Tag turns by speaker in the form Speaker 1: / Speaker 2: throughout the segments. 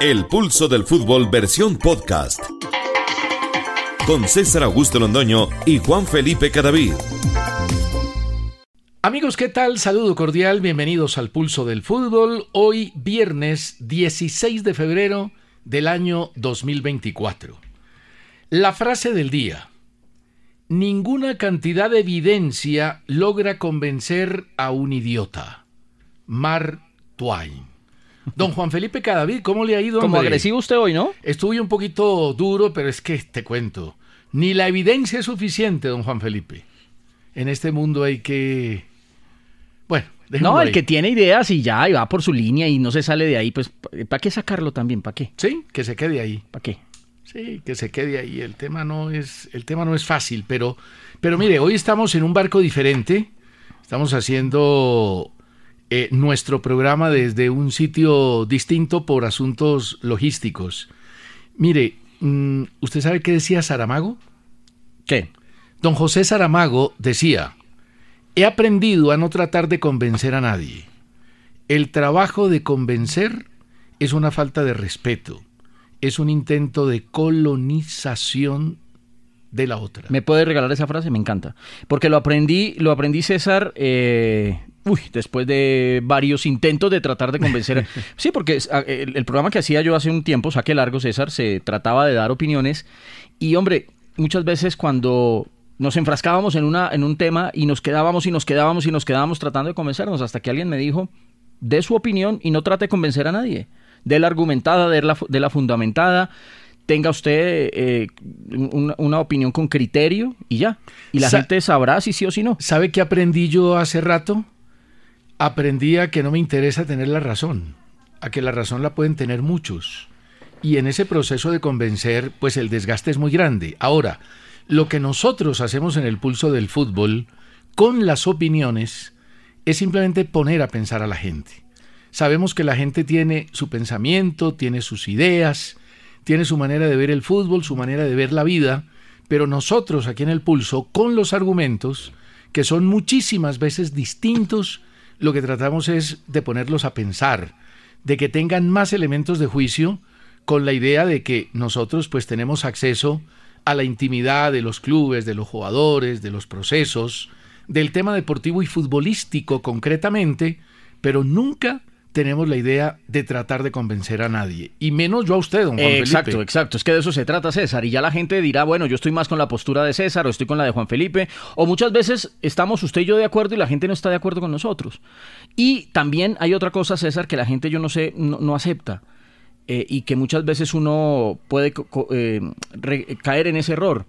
Speaker 1: El pulso del fútbol versión podcast. Con César Augusto Londoño y Juan Felipe Cadavid.
Speaker 2: Amigos, ¿qué tal? Saludo cordial, bienvenidos al Pulso del Fútbol. Hoy viernes 16 de febrero del año 2024. La frase del día. Ninguna cantidad de evidencia logra convencer a un idiota. Mark Twain. Don Juan Felipe Cadavid, ¿cómo le ha ido?
Speaker 3: Como
Speaker 2: hombre?
Speaker 3: agresivo usted hoy, ¿no?
Speaker 2: Estuve un poquito duro, pero es que te cuento. Ni la evidencia es suficiente, don Juan Felipe. En este mundo hay que. Bueno, dejémoslo
Speaker 3: No, el
Speaker 2: ahí.
Speaker 3: que tiene ideas y ya, y va por su línea y no se sale de ahí, pues, ¿para qué sacarlo también? ¿Para qué?
Speaker 2: Sí, que se quede ahí.
Speaker 3: ¿Para qué?
Speaker 2: Sí, que se quede ahí. El tema no es, el tema no es fácil, pero, pero mire, hoy estamos en un barco diferente. Estamos haciendo eh, nuestro programa desde un sitio distinto por asuntos logísticos. Mire, mm, ¿usted sabe qué decía Saramago?
Speaker 3: ¿Qué?
Speaker 2: Don José Saramago decía, he aprendido a no tratar de convencer a nadie. El trabajo de convencer es una falta de respeto, es un intento de colonización de la otra.
Speaker 3: ¿Me puede regalar esa frase? Me encanta. Porque lo aprendí, lo aprendí César, eh, uy, después de varios intentos de tratar de convencer. sí, porque es, a- el, el programa que hacía yo hace un tiempo, Saque Largo, César, se trataba de dar opiniones. Y hombre, muchas veces cuando nos enfrascábamos en, una, en un tema y nos quedábamos y nos quedábamos y nos quedábamos tratando de convencernos hasta que alguien me dijo, dé su opinión y no trate de convencer a nadie. De la argumentada, de la, fu- dé la fundamentada, tenga usted eh, una, una opinión con criterio y ya. Y la
Speaker 2: Sa-
Speaker 3: gente sabrá si sí o si no.
Speaker 2: ¿Sabe qué aprendí yo hace rato? Aprendí a que no me interesa tener la razón, a que la razón la pueden tener muchos. Y en ese proceso de convencer, pues el desgaste es muy grande. Ahora, lo que nosotros hacemos en el pulso del fútbol, con las opiniones, es simplemente poner a pensar a la gente. Sabemos que la gente tiene su pensamiento, tiene sus ideas, tiene su manera de ver el fútbol, su manera de ver la vida, pero nosotros aquí en el pulso, con los argumentos, que son muchísimas veces distintos, lo que tratamos es de ponerlos a pensar, de que tengan más elementos de juicio, con la idea de que nosotros pues tenemos acceso a la intimidad de los clubes, de los jugadores, de los procesos, del tema deportivo y futbolístico concretamente, pero nunca tenemos la idea de tratar de convencer a nadie, y menos yo a usted, don Juan
Speaker 3: Eh, exacto,
Speaker 2: Felipe.
Speaker 3: exacto. Es que de eso se trata César. Y ya la gente dirá, bueno, yo estoy más con la postura de César o estoy con la de Juan Felipe. O muchas veces estamos usted y yo de acuerdo y la gente no está de acuerdo con nosotros. Y también hay otra cosa, César, que la gente yo no sé, no, no acepta. eh, y que muchas veces uno puede co- co- eh, re- caer en ese error.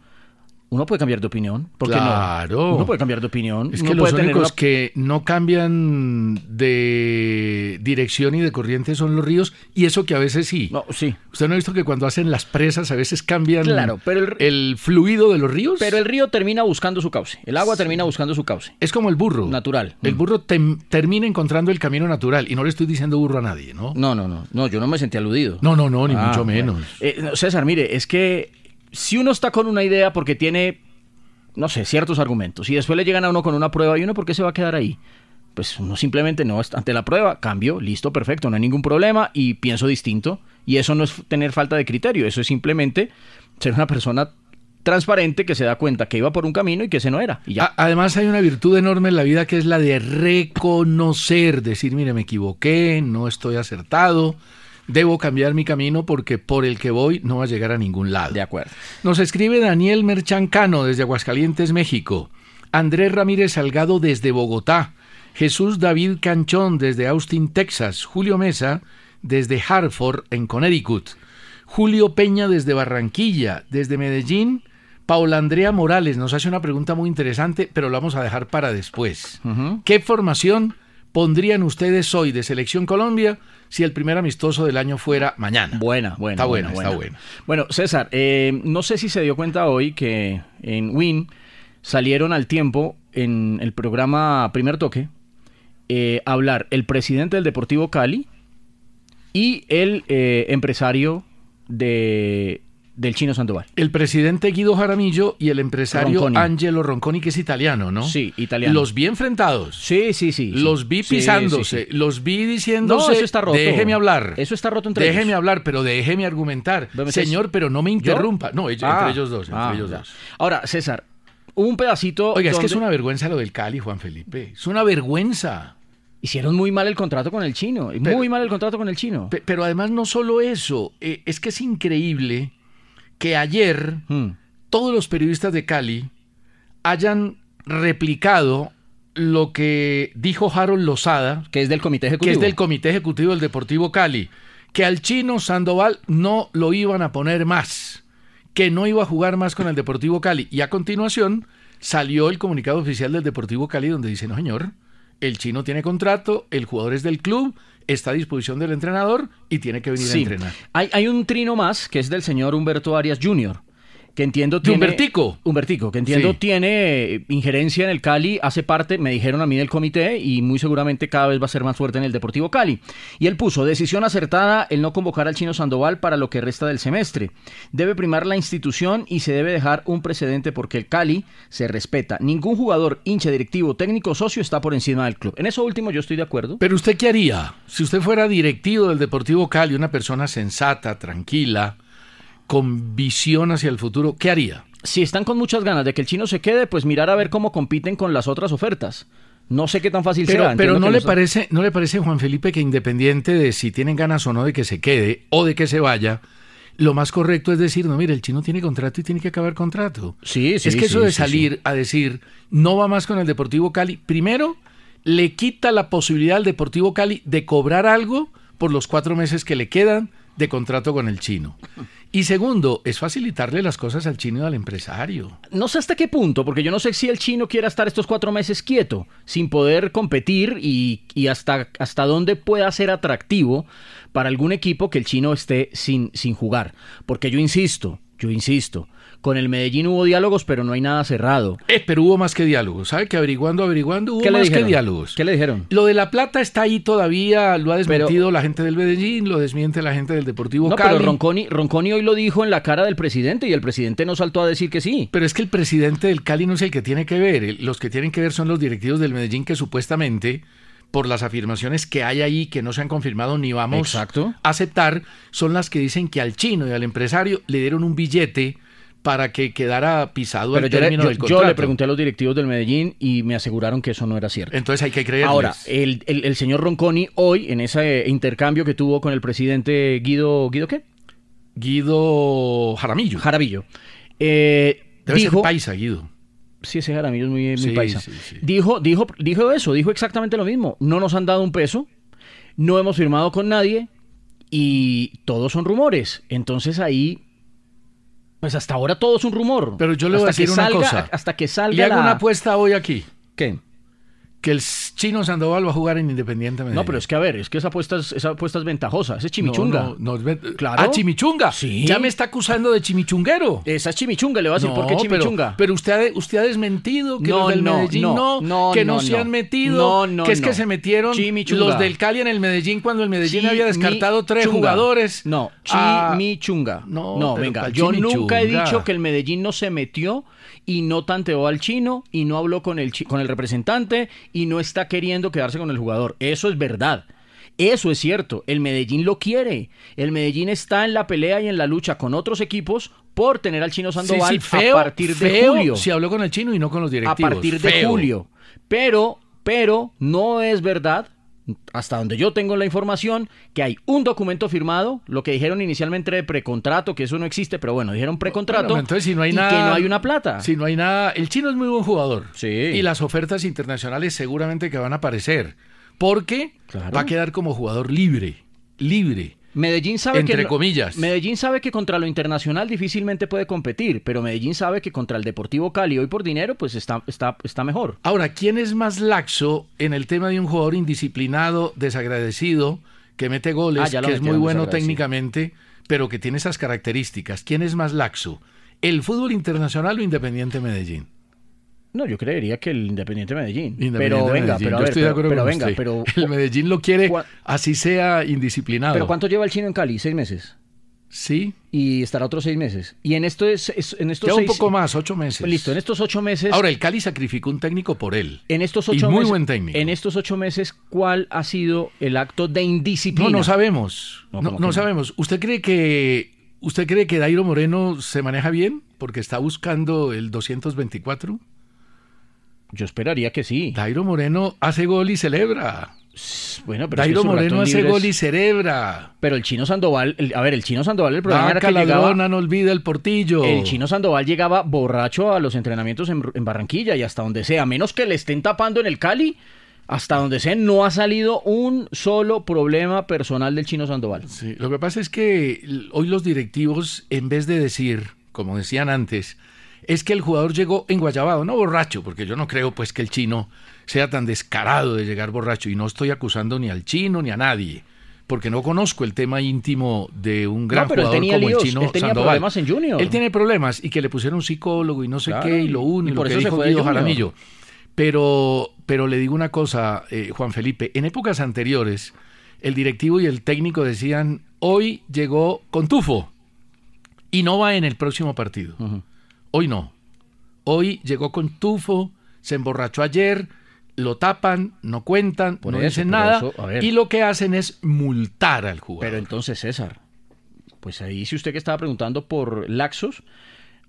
Speaker 3: Uno puede cambiar de opinión. ¿Por qué no?
Speaker 2: Claro.
Speaker 3: Uno puede cambiar de opinión.
Speaker 2: Es
Speaker 3: uno
Speaker 2: que los
Speaker 3: puede tener
Speaker 2: únicos
Speaker 3: una-
Speaker 2: que no cambian de dirección y de corriente son los ríos, y eso que a veces sí.
Speaker 3: No, sí.
Speaker 2: ¿Usted no ha visto que cuando hacen las presas a veces cambian
Speaker 3: Claro, pero el-
Speaker 2: fluido de los ríos?
Speaker 3: Pero el río termina buscando su cauce. El agua termina buscando su cauce.
Speaker 2: Es como el burro.
Speaker 3: Natural.
Speaker 2: El
Speaker 3: Mm.
Speaker 2: burro tem- termina encontrando el camino natural. Y no le estoy diciendo burro a nadie, ¿no?
Speaker 3: No, no, no. No, yo no me sentí aludido.
Speaker 2: No, no, no, ni
Speaker 3: Ah,
Speaker 2: mucho
Speaker 3: bueno.
Speaker 2: menos.
Speaker 3: Eh, no, César, mire, es que si uno está con una idea porque tiene, no sé, ciertos argumentos y después le llegan a uno con una prueba y uno, ¿por qué se va a quedar ahí? Pues uno simplemente no, está ante la prueba, cambio, listo, perfecto, no hay ningún problema y pienso distinto. Y eso no es tener falta de criterio, eso es simplemente ser una persona transparente que se da cuenta que iba por un camino y que ese no era. Y ya.
Speaker 2: A- Además hay una virtud enorme en la vida que es la de reconocer, decir, mire, me equivoqué, no estoy acertado, debo cambiar mi camino porque por el que voy no va a llegar a ningún lado.
Speaker 3: De acuerdo.
Speaker 2: Nos escribe Daniel Merchancano desde Aguascalientes, México. Andrés Ramírez Salgado desde Bogotá. Jesús David Canchón desde Austin, Texas. Julio Mesa desde Hartford, en Connecticut. Julio Peña desde Barranquilla, desde Medellín. Paula Andrea Morales nos hace una pregunta muy interesante, pero la vamos a dejar para después. ¿Qué formación pondrían ustedes hoy de Selección Colombia si el primer amistoso del año fuera mañana?
Speaker 3: Buena, buena.
Speaker 2: Está buena, está buena.
Speaker 3: Bueno, César, eh, no sé si se dio cuenta hoy que en Win salieron al tiempo en el programa Primer Toque eh, a hablar el presidente del Deportivo Cali y el eh, empresario de, del Chino Sandoval.
Speaker 2: El presidente Guido Jaramillo y el empresario
Speaker 3: Ronconi.
Speaker 2: Angelo Ronconi, que es italiano, ¿no?
Speaker 3: Sí, italiano.
Speaker 2: Los vi enfrentados.
Speaker 3: Sí, sí, sí.
Speaker 2: Los vi pisándose, los vi diciéndose,
Speaker 3: No, eso está roto.
Speaker 2: déjeme hablar.
Speaker 3: Eso está roto entre
Speaker 2: Déjeme
Speaker 3: ellos.
Speaker 2: hablar, pero déjeme argumentar.
Speaker 3: Dame seis.
Speaker 2: Señor, pero no me interrumpa.
Speaker 3: ¿Yo?
Speaker 2: No, ellos-
Speaker 3: Ah,
Speaker 2: entre ellos dos, entre
Speaker 3: ah,
Speaker 2: ellos
Speaker 3: ya.
Speaker 2: dos.
Speaker 3: Ahora, César, hubo un pedacito.
Speaker 2: Oiga, es que es
Speaker 3: donde
Speaker 2: una vergüenza lo del Cali, Juan Felipe. Es una vergüenza.
Speaker 3: Hicieron muy mal el contrato con el chino.
Speaker 2: Pero-
Speaker 3: muy mal el contrato con el chino.
Speaker 2: Pe- pero además no solo eso, eh, es que es increíble que ayer
Speaker 3: Hmm.
Speaker 2: todos los periodistas de Cali hayan replicado lo que dijo Harold Lozada,
Speaker 3: Que es del comité
Speaker 2: que
Speaker 3: ejecutivo.
Speaker 2: es del Comité Ejecutivo del Deportivo Cali, que al chino Sandoval no lo iban a poner más, que no iba a jugar más con el Deportivo Cali. Y a continuación salió el comunicado oficial del Deportivo Cali donde dice, no señor, el chino tiene contrato, el jugador es del club, está a disposición del entrenador y tiene que venir a
Speaker 3: Sí.
Speaker 2: entrenar.
Speaker 3: Hay, hay un trino más que es del señor Humberto Arias Jr., que entiendo tiene.
Speaker 2: Humbertico?
Speaker 3: Humbertico, que entiendo
Speaker 2: Sí.
Speaker 3: tiene eh, injerencia en el Cali, hace parte, me dijeron a mí del comité, y muy seguramente cada vez va a ser más fuerte en el Deportivo Cali. Y él puso: decisión acertada el no convocar al chino Sandoval para lo que resta del semestre. Debe primar la institución y se debe dejar un precedente porque el Cali se respeta. Ningún jugador, hincha, directivo, técnico, socio está por encima del club. En eso último yo estoy de acuerdo.
Speaker 2: Pero usted qué haría si usted fuera directivo del Deportivo Cali, una persona sensata, tranquila, con visión hacia el futuro, ¿qué haría?
Speaker 3: si están con muchas ganas de que el chino se quede, pues mirar a ver cómo compiten con las otras ofertas. No sé qué tan fácil
Speaker 2: Pero,
Speaker 3: será.
Speaker 2: pero
Speaker 3: entiendo
Speaker 2: no
Speaker 3: que
Speaker 2: le
Speaker 3: está-
Speaker 2: parece, no le parece Juan Felipe que independiente de si tienen ganas o no de que se quede o de que se vaya, lo más correcto es decir, no, mire, el chino tiene contrato y tiene que acabar contrato.
Speaker 3: Sí, sí,
Speaker 2: Es que eso
Speaker 3: sí,
Speaker 2: de
Speaker 3: sí,
Speaker 2: salir a decir no va más con el Deportivo Cali, primero le quita la posibilidad al Deportivo Cali de cobrar algo por los cuatro meses que le quedan de contrato con el chino. Y segundo, es facilitarle las cosas al chino y al empresario.
Speaker 3: No sé hasta qué punto, porque yo no sé si el chino quiera estar estos cuatro meses quieto, sin poder competir y, y hasta, hasta dónde pueda ser atractivo para algún equipo que el chino esté sin, sin jugar. Porque yo insisto, yo insisto, con el Medellín hubo diálogos, pero no hay nada cerrado.
Speaker 2: Eh, pero hubo más que diálogos, ¿sabe? Que averiguando, averiguando, hubo
Speaker 3: ¿Qué le
Speaker 2: más que
Speaker 3: dijeron?
Speaker 2: diálogos.
Speaker 3: ¿Qué le dijeron?
Speaker 2: Lo de La Plata está ahí todavía, lo ha
Speaker 3: Pero-
Speaker 2: desmentido la gente del Medellín, lo desmiente la gente del Deportivo
Speaker 3: No,
Speaker 2: Cali.
Speaker 3: pero Ronconi, Ronconi hoy lo dijo en la cara del presidente y el presidente no saltó a decir que sí.
Speaker 2: Pero es que el presidente del Cali no es el que tiene que ver, el- los que tienen que ver son los directivos del Medellín que supuestamente, por las afirmaciones que hay ahí que no se han confirmado ni vamos
Speaker 3: Exacto.
Speaker 2: a aceptar, son las que dicen que al chino y al empresario le dieron un billete para que quedara pisado
Speaker 3: Pero
Speaker 2: al
Speaker 3: yo le,
Speaker 2: término
Speaker 3: yo-
Speaker 2: del
Speaker 3: yo
Speaker 2: contrato.
Speaker 3: le pregunté a los directivos del Medellín y me aseguraron que eso no era cierto.
Speaker 2: Entonces hay que creerles.
Speaker 3: Ahora, eh, el, el- el señor Ronconi hoy, en ese intercambio que tuvo con el presidente Guido, ¿Guido qué?
Speaker 2: Guido Jaramillo.
Speaker 3: Jarabillo, eh,
Speaker 2: Debe
Speaker 3: dijo...
Speaker 2: ser paisa, Guido.
Speaker 3: Sí, ese Jaramillo es muy, muy
Speaker 2: Sí,
Speaker 3: paisa.
Speaker 2: sí, sí.
Speaker 3: Dijo, dijo, dijo eso, dijo exactamente lo mismo. No nos han dado un peso, no hemos firmado con nadie y todos son rumores. Entonces ahí, pues hasta ahora todo es un rumor.
Speaker 2: Pero yo le voy a
Speaker 3: Hasta que
Speaker 2: decir una
Speaker 3: salga-
Speaker 2: cosa.
Speaker 3: Hasta que salga
Speaker 2: Le hago
Speaker 3: la-
Speaker 2: una apuesta hoy aquí.
Speaker 3: ¿Qué?
Speaker 2: que el chino Sandoval va a jugar en Independiente Medellín.
Speaker 3: No, pero es que a ver, es que esa apuesta es, esa apuesta es ventajosa. Ese es chimichunga.
Speaker 2: Eh. No, no, no, es-
Speaker 3: Claro.
Speaker 2: Ah, chimichunga.
Speaker 3: Sí.
Speaker 2: Ya me está acusando de chimichunguero.
Speaker 3: Esa es chimichunga, le voy a decir por qué
Speaker 2: No, pero-
Speaker 3: chimichunga.
Speaker 2: Pero, usted, ha de- usted ha desmentido que
Speaker 3: No,
Speaker 2: los del
Speaker 3: no,
Speaker 2: Medellín
Speaker 3: no,
Speaker 2: no,
Speaker 3: no,
Speaker 2: que no,
Speaker 3: no,
Speaker 2: se
Speaker 3: no.
Speaker 2: han metido,
Speaker 3: No, no,
Speaker 2: que es
Speaker 3: no.
Speaker 2: que se metieron
Speaker 3: Chimichunga.
Speaker 2: los del Cali en el Medellín cuando el Medellín había descartado tres
Speaker 3: Chimichunga.
Speaker 2: jugadores.
Speaker 3: No,
Speaker 2: Ah,
Speaker 3: chimichunga. no,
Speaker 2: no, pero
Speaker 3: venga,
Speaker 2: ¿cuál
Speaker 3: yo nunca he
Speaker 2: chimichunga?
Speaker 3: dicho que el Medellín no se metió y no tanteó al chino y no habló con el, chi- con el representante y no está queriendo quedarse con el jugador. Eso es verdad. Eso es cierto, el Medellín lo quiere. El Medellín está en la pelea y en la lucha con otros equipos por tener al chino Sandoval
Speaker 2: Sí, sí, feo,
Speaker 3: a partir de
Speaker 2: feo
Speaker 3: julio.
Speaker 2: Se habló con el chino y no con los
Speaker 3: a
Speaker 2: directivos.
Speaker 3: partir de
Speaker 2: Feo.
Speaker 3: julio. Pero, pero no es verdad, hasta donde yo tengo la información, que hay un documento firmado, lo que dijeron inicialmente de precontrato, que eso no existe, pero bueno, dijeron precontrato.
Speaker 2: Bueno, entonces, si no hay
Speaker 3: y
Speaker 2: nada.
Speaker 3: que no hay una plata.
Speaker 2: Si no hay nada. El chino es muy buen jugador.
Speaker 3: Sí.
Speaker 2: Y las ofertas internacionales seguramente que van a aparecer. Porque
Speaker 3: Claro.
Speaker 2: va a quedar como jugador libre. Libre.
Speaker 3: Medellín sabe que
Speaker 2: Entre
Speaker 3: no-
Speaker 2: comillas.
Speaker 3: Medellín sabe que contra lo internacional difícilmente puede competir, pero Medellín sabe que contra el Deportivo Cali hoy por dinero pues está está está mejor.
Speaker 2: Ahora, ¿quién es más laxo en el tema de un jugador indisciplinado, desagradecido, que mete
Speaker 3: Ah,
Speaker 2: goles,
Speaker 3: ya lo
Speaker 2: que es muy
Speaker 3: metieron
Speaker 2: bueno
Speaker 3: desagradecido.
Speaker 2: técnicamente, pero que tiene esas características? ¿Quién es más laxo? ¿El fútbol internacional o Independiente Medellín?
Speaker 3: No, yo creería que el Independiente Medellín.
Speaker 2: Independiente
Speaker 3: pero
Speaker 2: Medellín.
Speaker 3: venga, pero a
Speaker 2: Yo
Speaker 3: ver,
Speaker 2: estoy de
Speaker 3: pero-
Speaker 2: acuerdo
Speaker 3: pero
Speaker 2: con
Speaker 3: venga,
Speaker 2: usted.
Speaker 3: pero
Speaker 2: el Medellín lo quiere
Speaker 3: cua-
Speaker 2: así sea indisciplinado.
Speaker 3: pero ¿cuánto lleva el chino en Cali? Seis meses.
Speaker 2: Sí,
Speaker 3: y estará otros seis meses. Y en esto es, es- en estos
Speaker 2: ya un
Speaker 3: seis- Pues
Speaker 2: poco más, ocho meses.
Speaker 3: Listo, en este Eh, estos ocho meses.
Speaker 2: Ahora el Cali sacrificó un técnico por él.
Speaker 3: en estos
Speaker 2: y
Speaker 3: ocho
Speaker 2: muy
Speaker 3: meses,
Speaker 2: buen técnico.
Speaker 3: En estos ocho meses, ¿cuál ha sido el acto de indisciplina?
Speaker 2: No, no sabemos.
Speaker 3: No,
Speaker 2: No,
Speaker 3: ¿cómo
Speaker 2: no
Speaker 3: que no?
Speaker 2: sabemos. ¿Usted cree que usted cree que Dairo Moreno se maneja bien porque está buscando el 224?
Speaker 3: Yo esperaría que sí.
Speaker 2: Dairo Moreno hace gol y celebra.
Speaker 3: Bueno, pero es que
Speaker 2: Dairo
Speaker 3: su
Speaker 2: Moreno
Speaker 3: ratón
Speaker 2: hace
Speaker 3: libre es-
Speaker 2: gol y celebra.
Speaker 3: Pero el chino Sandoval, el- a ver, el chino Sandoval, el problema era
Speaker 2: Vaca
Speaker 3: que llegaba.
Speaker 2: ladrona, no olvida el portillo.
Speaker 3: El chino Sandoval llegaba borracho a los entrenamientos en, en Barranquilla y hasta donde sea, a menos que le estén tapando en el Cali, hasta donde sea, no ha salido un solo problema personal del chino Sandoval.
Speaker 2: Sí, lo que pasa es que l- hoy los directivos, en vez de decir, como decían antes, es que el jugador llegó enguayabado, no borracho, porque yo no creo pues que el chino sea tan descarado de llegar borracho y no estoy acusando ni al chino ni a nadie, porque no conozco el tema íntimo de un gran
Speaker 3: No, pero él
Speaker 2: jugador
Speaker 3: tenía
Speaker 2: como
Speaker 3: líos,
Speaker 2: el chino
Speaker 3: él tenía
Speaker 2: Sandoval.
Speaker 3: problemas en Junior.
Speaker 2: Él tiene problemas y que le pusieron un psicólogo y no sé
Speaker 3: Claro,
Speaker 2: qué y lo uno
Speaker 3: y
Speaker 2: y, lo
Speaker 3: por
Speaker 2: que
Speaker 3: eso se
Speaker 2: dijo
Speaker 3: fue de
Speaker 2: Guido
Speaker 3: Junior.
Speaker 2: Jaramillo. Pero, pero le digo una cosa, eh, Juan Felipe, en épocas anteriores, el directivo y el técnico decían, hoy llegó con tufo y no va en el próximo partido. Hoy no. Hoy llegó con tufo, se emborrachó ayer, lo tapan, no cuentan,
Speaker 3: Por
Speaker 2: no
Speaker 3: eso,
Speaker 2: dicen
Speaker 3: pero
Speaker 2: nada
Speaker 3: eso, a ver.
Speaker 2: y lo que hacen es multar al jugador.
Speaker 3: Pero entonces, César, pues ahí si usted que estaba preguntando por laxos,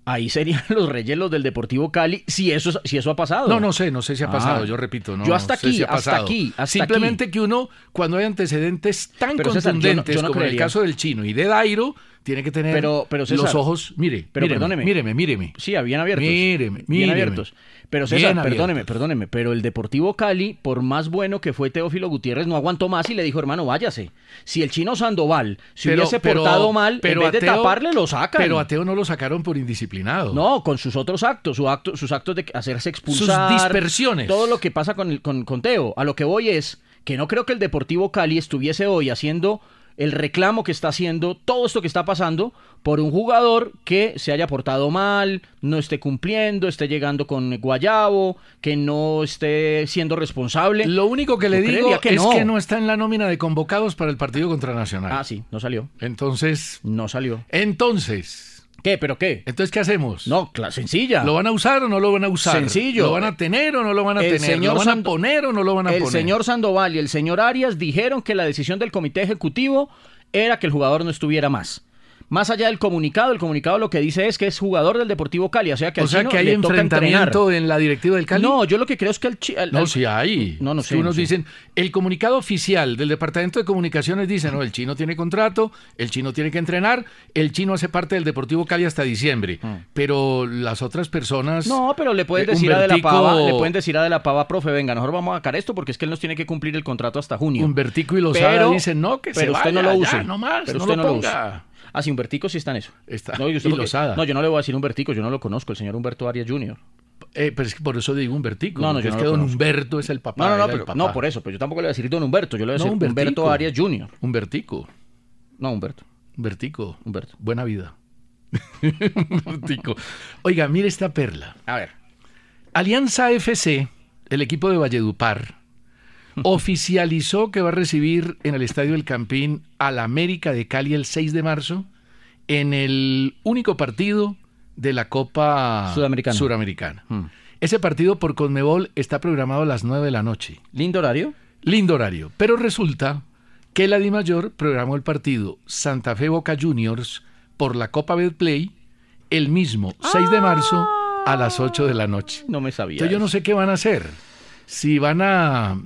Speaker 3: ahí serían los reyes los del Deportivo Cali, si eso, es- si eso ha pasado.
Speaker 2: No, no sé, no sé si ha
Speaker 3: Ah.
Speaker 2: pasado, yo repito, no.
Speaker 3: Yo hasta
Speaker 2: no sé
Speaker 3: aquí,
Speaker 2: si ha
Speaker 3: hasta
Speaker 2: pasado.
Speaker 3: aquí, hasta
Speaker 2: Simplemente que uno, cuando hay antecedentes tan
Speaker 3: Pero, César, yo no- yo no
Speaker 2: contundentes como en el
Speaker 3: creería.
Speaker 2: caso del chino y de Dairo, tiene que tener
Speaker 3: Pero- pero, César,
Speaker 2: los ojos, mire,
Speaker 3: pero
Speaker 2: míreme,
Speaker 3: perdóneme.
Speaker 2: míreme, míreme.
Speaker 3: Sí, bien abiertos.
Speaker 2: Míreme,
Speaker 3: Bien
Speaker 2: míreme.
Speaker 3: abiertos. Pero César,
Speaker 2: Bien
Speaker 3: perdóneme,
Speaker 2: abiertos.
Speaker 3: perdóneme, pero el Deportivo Cali, por más bueno que fue Teófilo Gutiérrez, no aguantó más y le dijo, hermano, váyase. Si el chino Sandoval se
Speaker 2: Pero-
Speaker 3: hubiese
Speaker 2: pero-
Speaker 3: portado mal,
Speaker 2: pero
Speaker 3: en vez de
Speaker 2: a Teo-
Speaker 3: taparle, lo sacan.
Speaker 2: Pero a Teo no lo sacaron por indisciplinado.
Speaker 3: No, con sus otros actos, su acto, sus actos de hacerse expulsar.
Speaker 2: Sus dispersiones.
Speaker 3: Todo lo que pasa con, el, con, con Teo. A lo que voy es que no creo que el Deportivo Cali estuviese hoy haciendo el reclamo que está haciendo, todo esto que está pasando, por un jugador que se haya portado mal, no esté cumpliendo, esté llegando con Guayabo, que no esté siendo responsable.
Speaker 2: Lo único que le
Speaker 3: Yo
Speaker 2: digo
Speaker 3: creería que
Speaker 2: es
Speaker 3: no.
Speaker 2: que no está en la nómina de convocados para el partido contra Nacional.
Speaker 3: Ah, sí, no salió.
Speaker 2: Entonces,
Speaker 3: No salió.
Speaker 2: entonces,
Speaker 3: ¿Qué? ¿Pero qué?
Speaker 2: entonces ¿qué hacemos?
Speaker 3: No, claro, sencilla.
Speaker 2: ¿Lo van a usar o no lo van a usar?
Speaker 3: Sencillo.
Speaker 2: ¿Lo van a tener o no lo van a
Speaker 3: El
Speaker 2: tener?
Speaker 3: señor
Speaker 2: ¿Lo van a
Speaker 3: Sand-
Speaker 2: poner o no lo van a
Speaker 3: el
Speaker 2: poner?
Speaker 3: señor Sandoval y el señor Arias dijeron que la decisión del comité ejecutivo era que el jugador no estuviera más. Más allá del comunicado, el comunicado lo que dice es que es jugador del Deportivo Cali, o sea que al
Speaker 2: o sea
Speaker 3: chino
Speaker 2: que hay
Speaker 3: le toca
Speaker 2: enfrentamiento en la directiva del
Speaker 3: entrenar.
Speaker 2: Cali.
Speaker 3: No, yo lo que creo es que el chi- al-
Speaker 2: No,
Speaker 3: al-
Speaker 2: sí hay.
Speaker 3: No, no
Speaker 2: Es que
Speaker 3: sé, no
Speaker 2: unos
Speaker 3: sé.
Speaker 2: dicen, el comunicado oficial del Departamento de Comunicaciones dice, no, el chino tiene contrato, el chino tiene que entrenar, el chino hace parte del Deportivo Cali hasta diciembre. Pero las otras personas...
Speaker 3: Ah. No, pero le pueden
Speaker 2: Eh,
Speaker 3: decir a De La
Speaker 2: Humbertico-
Speaker 3: Pava, le pueden decir a De La Pava, profe, venga, mejor vamos a sacar esto porque es que él nos tiene que cumplir el contrato hasta junio.
Speaker 2: Humbertico y Lozada
Speaker 3: Pero-
Speaker 2: dicen, no, que se
Speaker 3: pero usted no
Speaker 2: vaya,
Speaker 3: lo
Speaker 2: ya,
Speaker 3: use.
Speaker 2: no más,
Speaker 3: pero
Speaker 2: no
Speaker 3: usted
Speaker 2: lo
Speaker 3: no lo
Speaker 2: ponga.
Speaker 3: usa. Ah, sí, Humbertico sí está en eso.
Speaker 2: Está.
Speaker 3: No, usted
Speaker 2: Y
Speaker 3: porque-
Speaker 2: Lozada.
Speaker 3: no, yo no le voy a decir Humbertico, yo no lo conozco, el señor Humberto Arias Jr.
Speaker 2: Eh, pero es que por eso digo Humbertico.
Speaker 3: No, no,
Speaker 2: porque
Speaker 3: yo
Speaker 2: es
Speaker 3: no
Speaker 2: que
Speaker 3: lo
Speaker 2: don
Speaker 3: conozco.
Speaker 2: Humberto es el papá.
Speaker 3: No, no,
Speaker 2: era
Speaker 3: no,
Speaker 2: el
Speaker 3: pero,
Speaker 2: papá.
Speaker 3: no, por eso, pero yo tampoco le voy a decir Don Humberto, yo le voy a
Speaker 2: No,
Speaker 3: decir
Speaker 2: Humbertico.
Speaker 3: Humberto Arias Jr.
Speaker 2: Humbertico.
Speaker 3: No, Humberto.
Speaker 2: Humbertico.
Speaker 3: Humberto.
Speaker 2: Buena vida. Humbertico. Oiga, mire esta perla.
Speaker 3: A ver.
Speaker 2: Alianza FC, el equipo de Valledupar, oficializó que va a recibir en el Estadio El Campín al América de Cali el 6 de marzo en el único partido de la Copa
Speaker 3: Sudamericana.
Speaker 2: Suramericana. Ese partido por Conmebol está programado a las 9 de la noche.
Speaker 3: Lindo horario.
Speaker 2: Lindo horario. Pero resulta que la DIMAYOR programó el partido Santa Fe Boca Juniors por la Copa Betplay el mismo 6 de marzo a las 8 de la noche.
Speaker 3: No me sabía.
Speaker 2: Entonces yo no
Speaker 3: eso.
Speaker 2: sé qué van a hacer. Si van a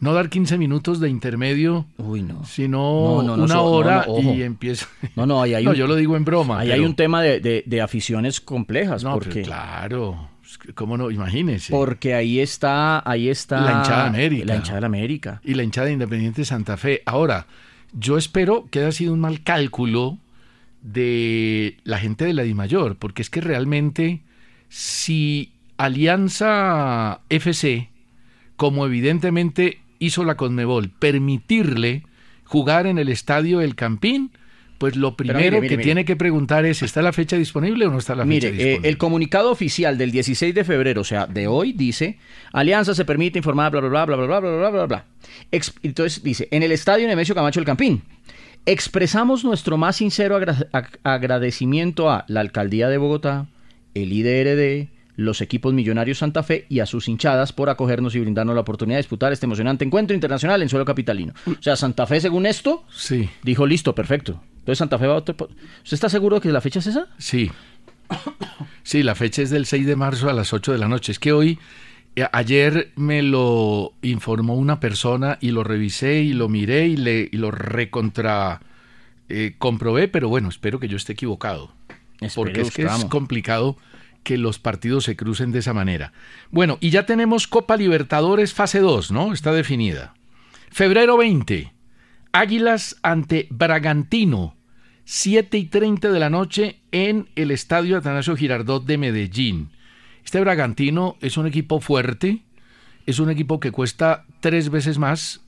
Speaker 2: no dar 15 minutos de intermedio,
Speaker 3: Uy, no.
Speaker 2: sino
Speaker 3: No, no, no,
Speaker 2: una
Speaker 3: so- no,
Speaker 2: hora
Speaker 3: no, ojo.
Speaker 2: y empieza.
Speaker 3: No, no, ahí hay
Speaker 2: no,
Speaker 3: un-
Speaker 2: yo lo digo en broma.
Speaker 3: Ahí hay
Speaker 2: pero-
Speaker 3: un tema de, de- de aficiones complejas.
Speaker 2: No,
Speaker 3: porque,
Speaker 2: pero claro. es que, ¿Cómo no? Imagínese.
Speaker 3: porque ahí está, ahí está.
Speaker 2: La hinchada de América.
Speaker 3: La hinchada de América.
Speaker 2: y la hinchada de Independiente Santa Fe. Ahora, yo espero que haya sido un mal cálculo de la gente de la DIMAYOR, porque es que realmente si Alianza FC, como evidentemente hizo la Conmebol, permitirle jugar en el estadio del Campín, pues lo
Speaker 3: Pero
Speaker 2: primero
Speaker 3: mire, mire,
Speaker 2: que
Speaker 3: mire.
Speaker 2: tiene que preguntar es, ¿está la fecha disponible o no está la
Speaker 3: Mire,
Speaker 2: fecha
Speaker 3: eh,
Speaker 2: disponible?
Speaker 3: el comunicado oficial del 16 de febrero, o sea, de hoy, dice, Alianza se permite informar, bla, bla, bla, bla, bla, bla, bla, bla, bla, bla. Ex- Entonces dice, en el estadio Nemesio Camacho El Campín, expresamos nuestro más sincero agra- ag- agradecimiento a la Alcaldía de Bogotá, el IDRD, los equipos Millonarios Santa Fe y a sus hinchadas por acogernos y brindarnos la oportunidad de disputar este emocionante encuentro internacional en suelo capitalino. O sea, Santa Fe, según esto,
Speaker 2: Sí,
Speaker 3: dijo, listo, perfecto. Entonces Santa Fe va a... otro po- ¿Usted está seguro de que la fecha es esa?
Speaker 2: sí. Sí, la fecha es del 6 de marzo a las 8 de la noche. Es que hoy, eh, ayer me lo informó una persona y lo revisé y lo miré y, le, y lo recontra eh, comprobé, pero bueno, espero que yo esté equivocado. Porque
Speaker 3: Espere,
Speaker 2: es que es
Speaker 3: buscamos.
Speaker 2: complicado que los partidos se crucen de esa manera. Bueno, y ya tenemos Copa Libertadores fase 2, ¿no? Está definida. Febrero 20, Águilas ante Bragantino, 7 y 30 de la noche en el Estadio Atanasio Girardot de Medellín. Este Bragantino es un equipo fuerte, es un equipo que cuesta tres veces más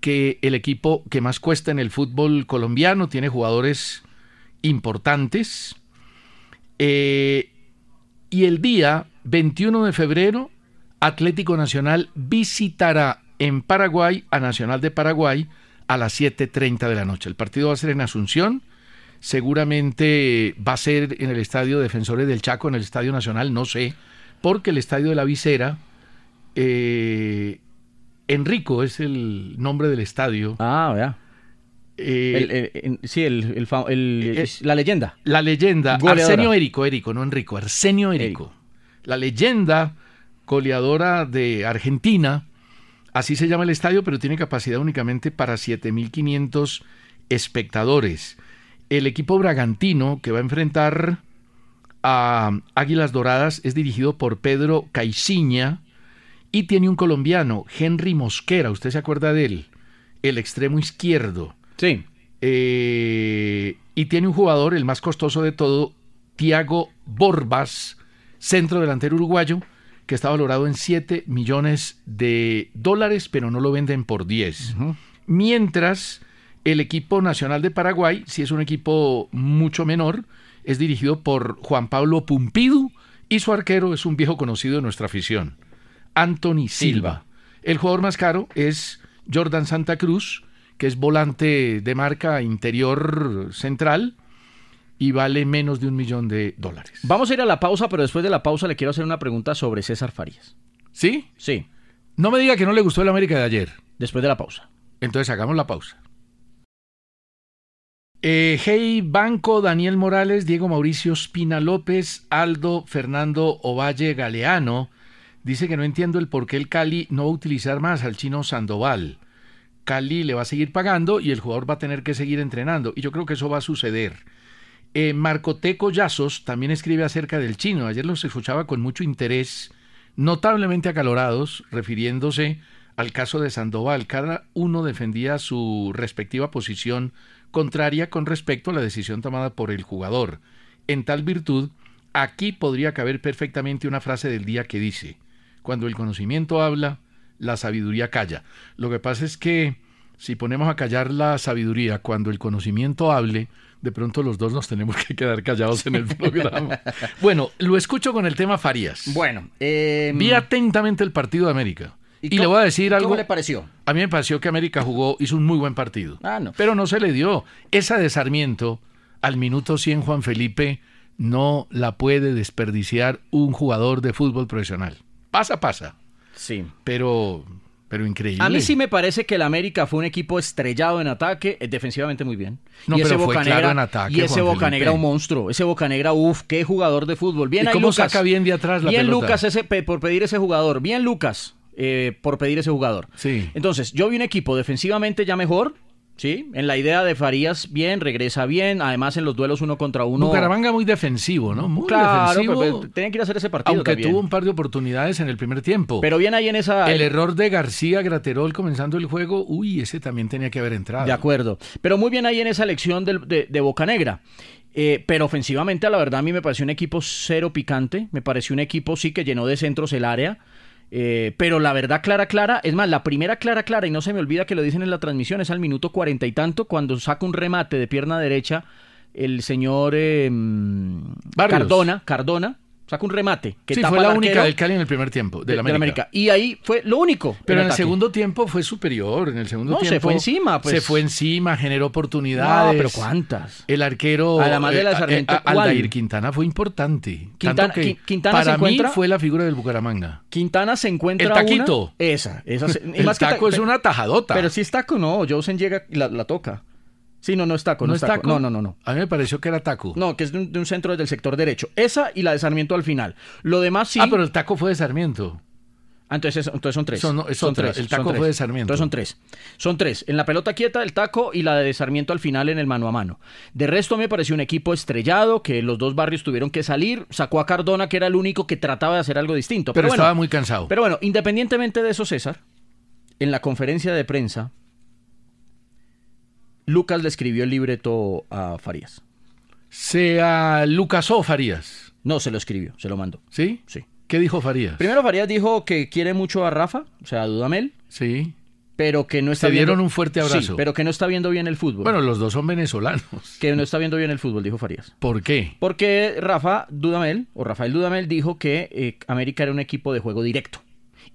Speaker 2: que el equipo que más cuesta en el fútbol colombiano, tiene jugadores importantes. Eh, y el día 21 de febrero, Atlético Nacional visitará en Paraguay a Nacional de Paraguay a las 7.30 de la noche. El partido va a ser en Asunción, seguramente va a ser en el Estadio Defensores del Chaco, en el Estadio Nacional, no sé, porque el Estadio de la Visera, eh, Enrico es el nombre del estadio.
Speaker 3: Ah, vea.
Speaker 2: eh,
Speaker 3: El- el- el- sí, el, el fa- el-
Speaker 2: eh,
Speaker 3: la leyenda.
Speaker 2: La leyenda,
Speaker 3: Goleadora.
Speaker 2: Arsenio Érico, Érico, no Enrico, Arsenio Érico.
Speaker 3: Érico.
Speaker 2: La leyenda goleadora de Argentina, así se llama el estadio, pero tiene capacidad únicamente para 7.500 espectadores. El equipo bragantino que va a enfrentar a Águilas Doradas es dirigido por Pedro Caiciña y tiene un colombiano, Henry Mosquera, usted se acuerda de él, el extremo izquierdo.
Speaker 3: Sí.
Speaker 2: Eh, y tiene un jugador, el más costoso de todo, Tiago Borbas, centro delantero uruguayo, que está valorado en 7 millones de dólares, pero no lo venden por 10. Mientras el equipo nacional de Paraguay, si es un equipo mucho menor, es dirigido por Juan Pablo Pumpidu y su arquero es un viejo conocido de nuestra afición, Anthony Silva. El jugador más caro es Jordan Santa Cruz, que es volante de marca interior central y vale menos de un millón de dólares.
Speaker 3: Vamos a ir a la pausa, pero después de la pausa le quiero hacer una pregunta sobre César Farías.
Speaker 2: ¿Sí?
Speaker 3: Sí,
Speaker 2: No me diga que no le gustó el América de ayer.
Speaker 3: después de la pausa.
Speaker 2: Entonces hagamos la pausa. Eh, hey Banco, Daniel Morales, Diego Mauricio Espina López, Aldo Fernando Ovalle Galeano. Dice que no entiendo el por qué el Cali no va a utilizar más al chino Sandoval. Cali le va a seguir pagando y el jugador va a tener que seguir entrenando. Y yo creo que eso va a suceder. Eh, Marco T. Collazos también escribe acerca del chino. Ayer los escuchaba con mucho interés, notablemente acalorados, refiriéndose al caso de Sandoval. Cada uno defendía su respectiva posición contraria con respecto a la decisión tomada por el jugador. En tal virtud, aquí podría caber perfectamente una frase del día que dice, cuando el conocimiento habla, la sabiduría calla. Lo que pasa es que si ponemos a callar la sabiduría cuando el conocimiento hable, de pronto los dos nos tenemos que quedar callados en el programa. bueno, lo escucho con el tema Farías.
Speaker 3: Bueno, eh,
Speaker 2: Vi atentamente el partido de América. Y, le
Speaker 3: cómo-
Speaker 2: voy a decir algo.
Speaker 3: ¿Cómo le pareció?
Speaker 2: A mí me pareció que América jugó, hizo un muy buen partido.
Speaker 3: Ah, no.
Speaker 2: Pero no se le dio. Esa de Sarmiento, al minuto 100, Juan Felipe, no la puede desperdiciar un jugador de fútbol profesional. Pasa, pasa.
Speaker 3: Sí.
Speaker 2: Pero Pero increíble.
Speaker 3: A mí sí me parece que el América fue un equipo estrellado en ataque, eh, defensivamente muy bien.
Speaker 2: No,
Speaker 3: y ese
Speaker 2: pero fue
Speaker 3: Bocanegra,
Speaker 2: claro en ataque,
Speaker 3: Y ese
Speaker 2: Juan
Speaker 3: Bocanegra
Speaker 2: Felipe.
Speaker 3: un monstruo. Ese Bocanegra, uff, qué jugador de fútbol. Bien
Speaker 2: ¿Y
Speaker 3: ahí,
Speaker 2: cómo
Speaker 3: Lucas.
Speaker 2: saca bien de atrás la
Speaker 3: Bien
Speaker 2: pelota?
Speaker 3: Lucas ese, pe- por pedir ese jugador. Bien Lucas eh, por pedir ese jugador.
Speaker 2: Sí.
Speaker 3: Entonces, yo vi un equipo defensivamente ya mejor. Sí, en la idea de Farías bien, regresa bien, además en los duelos uno contra uno.
Speaker 2: Bucaramanga muy defensivo, ¿no? Muy
Speaker 3: claro,
Speaker 2: defensivo.
Speaker 3: pero, pero tenía que ir a hacer ese partido
Speaker 2: aunque
Speaker 3: también.
Speaker 2: tuvo un par de oportunidades en el primer tiempo.
Speaker 3: Pero bien ahí en esa
Speaker 2: el error de García Graterol comenzando el juego, uy, ese también tenía que haber entrado.
Speaker 3: De acuerdo. Pero muy bien ahí en esa elección del- de, de Bocanegra. Eh, pero ofensivamente, la verdad, a mí me pareció un equipo cero picante. Me pareció un equipo, sí, que llenó de centros el área. Eh, pero la verdad clara, clara, es más, la primera clara, clara, y no se me olvida que lo dicen en la transmisión, es al minuto cuarenta y tanto, cuando saca un remate de pierna derecha el señor eh, mm,
Speaker 2: Barrios.
Speaker 3: Cardona, Cardona, saca un remate. Que
Speaker 2: sí,
Speaker 3: tapa
Speaker 2: fue
Speaker 3: al
Speaker 2: la única
Speaker 3: arquero
Speaker 2: del Cali en el primer tiempo,
Speaker 3: de-
Speaker 2: del
Speaker 3: del
Speaker 2: América.
Speaker 3: Y ahí fue lo único.
Speaker 2: Pero en el
Speaker 3: ataque.
Speaker 2: segundo tiempo fue superior, en el segundo
Speaker 3: No, se
Speaker 2: tiempo...
Speaker 3: fue encima, pues.
Speaker 2: Se fue encima, generó oportunidades.
Speaker 3: No, pero ¿cuántas?
Speaker 2: El arquero
Speaker 3: Además de la
Speaker 2: eh,
Speaker 3: Sarmiento,
Speaker 2: eh, a- Aldair
Speaker 3: ¿cuál?
Speaker 2: Quintana fue importante.
Speaker 3: Quintana-
Speaker 2: Tanto que
Speaker 3: Qui- Quintana
Speaker 2: para
Speaker 3: se encuentra-
Speaker 2: mí fue la figura del Bucaramanga.
Speaker 3: Quintana se encuentra
Speaker 2: El taquito.
Speaker 3: una- esa, esa. se- y
Speaker 2: El
Speaker 3: más que ta-
Speaker 2: taco es
Speaker 3: pe-
Speaker 2: una tajadota.
Speaker 3: Pero si es taco, no. Josen llega y la, la toca. Sí, no, no es taco. No, es taco. No, no, no, no.
Speaker 2: A mí me pareció que era taco.
Speaker 3: No, que es de un, de un centro del sector derecho. Esa y la de Sarmiento al final. Lo demás sí.
Speaker 2: Ah, pero el taco fue de Sarmiento.
Speaker 3: Ah, entonces, es- entonces son tres.
Speaker 2: Son- no, es otra. El taco
Speaker 3: tres.
Speaker 2: fue de Sarmiento.
Speaker 3: Entonces son tres. Son tres. En la pelota quieta, el taco y la de Sarmiento al final en el mano a mano. De resto me pareció un equipo estrellado, que los dos barrios tuvieron que salir. Sacó a Cardona, que era el único que trataba de hacer algo distinto.
Speaker 2: Pero,
Speaker 3: Pero, bueno,
Speaker 2: estaba muy cansado.
Speaker 3: Pero bueno, independientemente de eso, César, en la conferencia de prensa, Lucas le escribió el libreto a Farías.
Speaker 2: Sea Lucasó Farías,
Speaker 3: No, se lo escribió, se lo mandó.
Speaker 2: ¿sí?
Speaker 3: Sí.
Speaker 2: ¿Qué dijo Farías?
Speaker 3: Primero Farías dijo que quiere mucho a Rafa, o sea, a Dudamel,
Speaker 2: Sí.
Speaker 3: pero que no está
Speaker 2: Se dieron
Speaker 3: viendo-
Speaker 2: un fuerte abrazo.
Speaker 3: Sí, pero que no está viendo bien el fútbol.
Speaker 2: Bueno, los dos son venezolanos.
Speaker 3: que no está viendo bien el fútbol, dijo Farías.
Speaker 2: ¿Por qué?
Speaker 3: Porque Rafa Dudamel, o Rafael Dudamel, dijo que eh, América era un equipo de juego directo.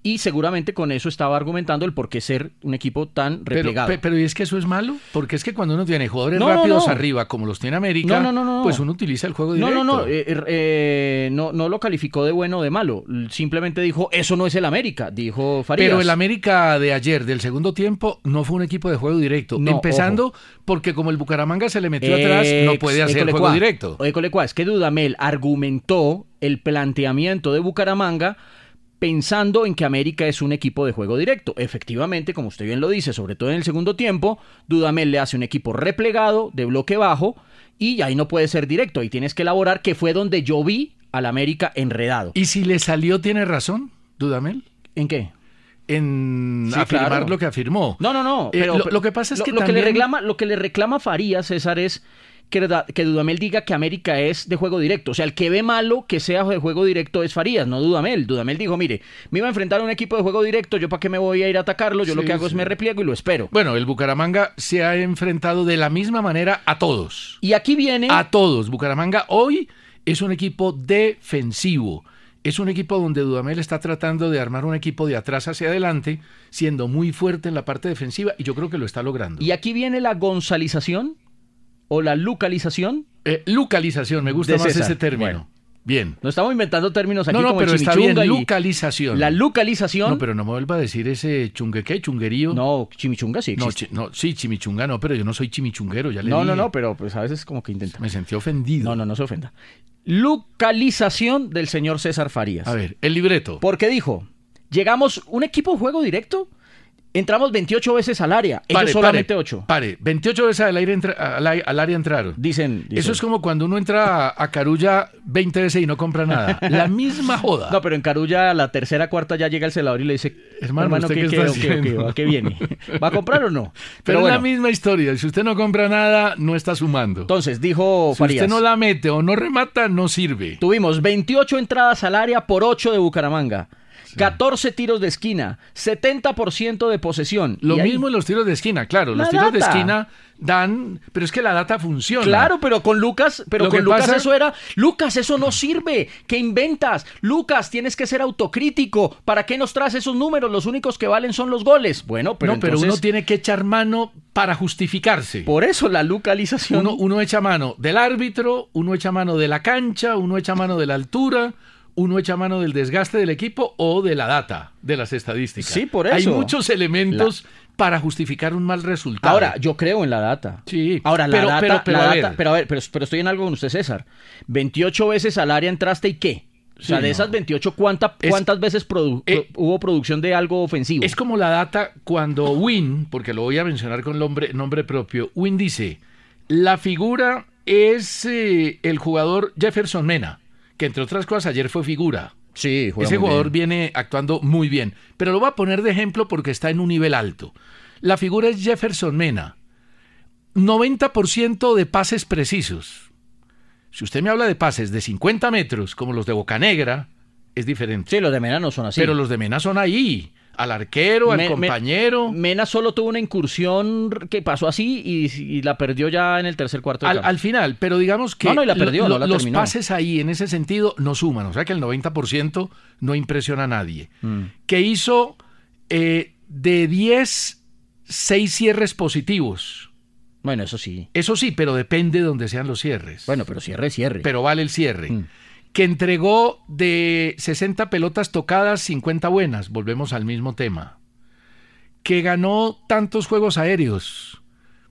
Speaker 3: Y seguramente con eso estaba argumentando el por qué ser un equipo tan
Speaker 2: Pero,
Speaker 3: replegado.
Speaker 2: pe- pero ¿y es que eso es malo? Porque es que cuando uno tiene jugadores
Speaker 3: No, no,
Speaker 2: rápidos
Speaker 3: no.
Speaker 2: arriba, como los tiene América,
Speaker 3: No, no, no, no.
Speaker 2: pues uno utiliza el juego
Speaker 3: No,
Speaker 2: directo.
Speaker 3: no, no, eh, eh, eh, no, no lo calificó de bueno o de malo. L- Simplemente dijo, eso no es el América, dijo Farías.
Speaker 2: Pero el América de ayer, del segundo tiempo, no fue un equipo de juego directo.
Speaker 3: No,
Speaker 2: Empezando porque como el Bucaramanga se le metió
Speaker 3: Eh,
Speaker 2: atrás, no puede hacer
Speaker 3: el
Speaker 2: juego directo.
Speaker 3: es que Dudamel argumentó el planteamiento de Bucaramanga pensando en que América es un equipo de juego directo. Efectivamente, como usted bien lo dice, sobre todo en el segundo tiempo, Dudamel le hace un equipo replegado, de bloque bajo, y ahí no puede ser directo. Ahí tienes que elaborar que fue donde yo vi al América enredado.
Speaker 2: Y si le salió, tiene razón, Dudamel,
Speaker 3: ¿En qué?
Speaker 2: en
Speaker 3: Sí,
Speaker 2: afirmar
Speaker 3: claro.
Speaker 2: lo que afirmó.
Speaker 3: No, no, no.
Speaker 2: Eh,
Speaker 3: pero-
Speaker 2: lo,
Speaker 3: pero-
Speaker 2: lo que pasa es
Speaker 3: lo-
Speaker 2: que
Speaker 3: lo
Speaker 2: también-
Speaker 3: le reclama, lo que le reclama Faría, César, es que, da- que Dudamel diga que América es de juego directo. O sea, el que ve malo que sea de juego directo es Farías, no Dudamel. Dudamel dijo, mire, me iba a enfrentar a un equipo de juego directo, yo para qué me voy a ir a atacarlo, yo lo
Speaker 2: Sí,
Speaker 3: que hago es
Speaker 2: sí.
Speaker 3: me repliego y lo espero.
Speaker 2: Bueno, el Bucaramanga se ha enfrentado de la misma manera a todos.
Speaker 3: Y aquí viene...
Speaker 2: A todos. Bucaramanga hoy es un equipo defensivo. Es un equipo donde Dudamel está tratando de armar un equipo de atrás hacia adelante, siendo muy fuerte en la parte defensiva, y yo creo que lo está logrando.
Speaker 3: Y aquí viene la gonzalización o la localización.
Speaker 2: Eh, localización, me gusta
Speaker 3: De
Speaker 2: más
Speaker 3: César.
Speaker 2: ese término.
Speaker 3: Bueno.
Speaker 2: Bien.
Speaker 3: No estamos inventando términos aquí
Speaker 2: No, no,
Speaker 3: como el
Speaker 2: pero está bien,
Speaker 3: chimichunga y-
Speaker 2: localización.
Speaker 3: La localización...
Speaker 2: No, pero no me vuelva a decir ese chungueque, chunguerío.
Speaker 3: No, chimichunga sí
Speaker 2: no,
Speaker 3: existe.
Speaker 2: chi- no, sí, chimichunga no, pero yo no soy chimichunguero, ya le
Speaker 3: No,
Speaker 2: dije.
Speaker 3: no, no, pero pues a veces como que intenta.
Speaker 2: Me sentí ofendido.
Speaker 3: No, no, no se ofenda. Localización del señor César Farías.
Speaker 2: A ver, el libreto.
Speaker 3: Porque dijo, llegamos un equipo de juego directo, entramos 28 veces al área, ellos
Speaker 2: Pare,
Speaker 3: solamente
Speaker 2: pare,
Speaker 3: 8.
Speaker 2: Pare, 28 veces al, aire entra- al, ai- al área entraron.
Speaker 3: Dicen,
Speaker 2: Eso
Speaker 3: dicen.
Speaker 2: es como cuando uno entra a, a Carulla 20 veces y no compra nada. La misma joda.
Speaker 3: No, pero en Carulla, la tercera, cuarta, ya llega el celador y le dice,
Speaker 2: Hermano, ¿usted
Speaker 3: ¿qué,
Speaker 2: qué está
Speaker 3: qué- qué-
Speaker 2: haciendo?
Speaker 3: ¿a qué viene? ¿Va a comprar o no? Pero,
Speaker 2: Pero es
Speaker 3: bueno,
Speaker 2: la misma historia. Si usted no compra nada, no está sumando.
Speaker 3: entonces dijo
Speaker 2: si
Speaker 3: Farías,
Speaker 2: usted no la mete o no remata, no sirve.
Speaker 3: Tuvimos 28 entradas al área por 8 de Bucaramanga, 14 tiros de esquina, 70% de posesión.
Speaker 2: Lo
Speaker 3: Y ahí-
Speaker 2: mismo en los tiros de esquina, claro.
Speaker 3: La
Speaker 2: los tiros de
Speaker 3: data.
Speaker 2: esquina dan, pero es que la data funciona.
Speaker 3: Claro, pero con Lucas, pero
Speaker 2: Lo
Speaker 3: con
Speaker 2: que
Speaker 3: Lucas
Speaker 2: pasa-
Speaker 3: eso era, Lucas, eso no sirve, ¿qué inventas? Lucas, tienes que ser autocrítico, ¿para qué nos traes esos números? Los únicos que valen son los goles. Bueno, pero
Speaker 2: no, pero
Speaker 3: entonces,
Speaker 2: uno tiene que echar mano para justificarse.
Speaker 3: por eso la localización.
Speaker 2: Uno, uno echa mano del árbitro, uno echa mano de la cancha, uno echa mano de la altura, uno echa mano del desgaste del equipo o de la data, de las estadísticas.
Speaker 3: Sí, por
Speaker 2: Hay
Speaker 3: eso.
Speaker 2: muchos elementos para justificar un mal resultado.
Speaker 3: Ahora, yo creo en la data.
Speaker 2: Sí.
Speaker 3: Ahora, la
Speaker 2: Pero-
Speaker 3: data,
Speaker 2: pero- pero
Speaker 3: la
Speaker 2: a
Speaker 3: data-
Speaker 2: ver.
Speaker 3: pero a ver, pero, pero estoy en algo con usted, César. 28 veces al área entraste y qué? O sea,
Speaker 2: Sí,
Speaker 3: de
Speaker 2: no.
Speaker 3: esas 28, ¿cuánta-
Speaker 2: Es-
Speaker 3: ¿cuántas veces produ-
Speaker 2: Eh,
Speaker 3: pro- hubo producción de algo ofensivo?
Speaker 2: Es como la data cuando Win, porque lo voy a mencionar con nombre, nombre propio, Win dice, la figura es eh, el jugador Jefferson Mena, que entre otras cosas ayer fue figura.
Speaker 3: sí, juega
Speaker 2: Ese
Speaker 3: muy
Speaker 2: jugador
Speaker 3: bien.
Speaker 2: viene actuando muy bien, pero lo voy a poner de ejemplo porque está en un nivel alto. La figura es Jefferson Mena, 90% de pases precisos. Si usted me habla de pases de 50 metros, como los de Bocanegra, es diferente.
Speaker 3: Sí, los de Mena no son así.
Speaker 2: Pero los de Mena son ahí. Al arquero, al
Speaker 3: Me- me-
Speaker 2: compañero,
Speaker 3: Mena solo tuvo una incursión que pasó así y, y la perdió ya en el tercer cuarto. de
Speaker 2: al,
Speaker 3: campo.
Speaker 2: al final. Pero digamos que
Speaker 3: No, no, y la perdió, no la
Speaker 2: los
Speaker 3: terminó.
Speaker 2: pases ahí en ese sentido no suman. O sea que el 90% no impresiona a nadie. Que hizo eh, de 10, 6 cierres positivos.
Speaker 3: Bueno, eso sí.
Speaker 2: Eso sí, pero depende de donde sean los cierres.
Speaker 3: Bueno, Mm. pero cierre, cierre.
Speaker 2: Pero vale el cierre. Que entregó de 60 pelotas tocadas, 50 buenas. Volvemos al mismo tema. Que ganó tantos juegos aéreos.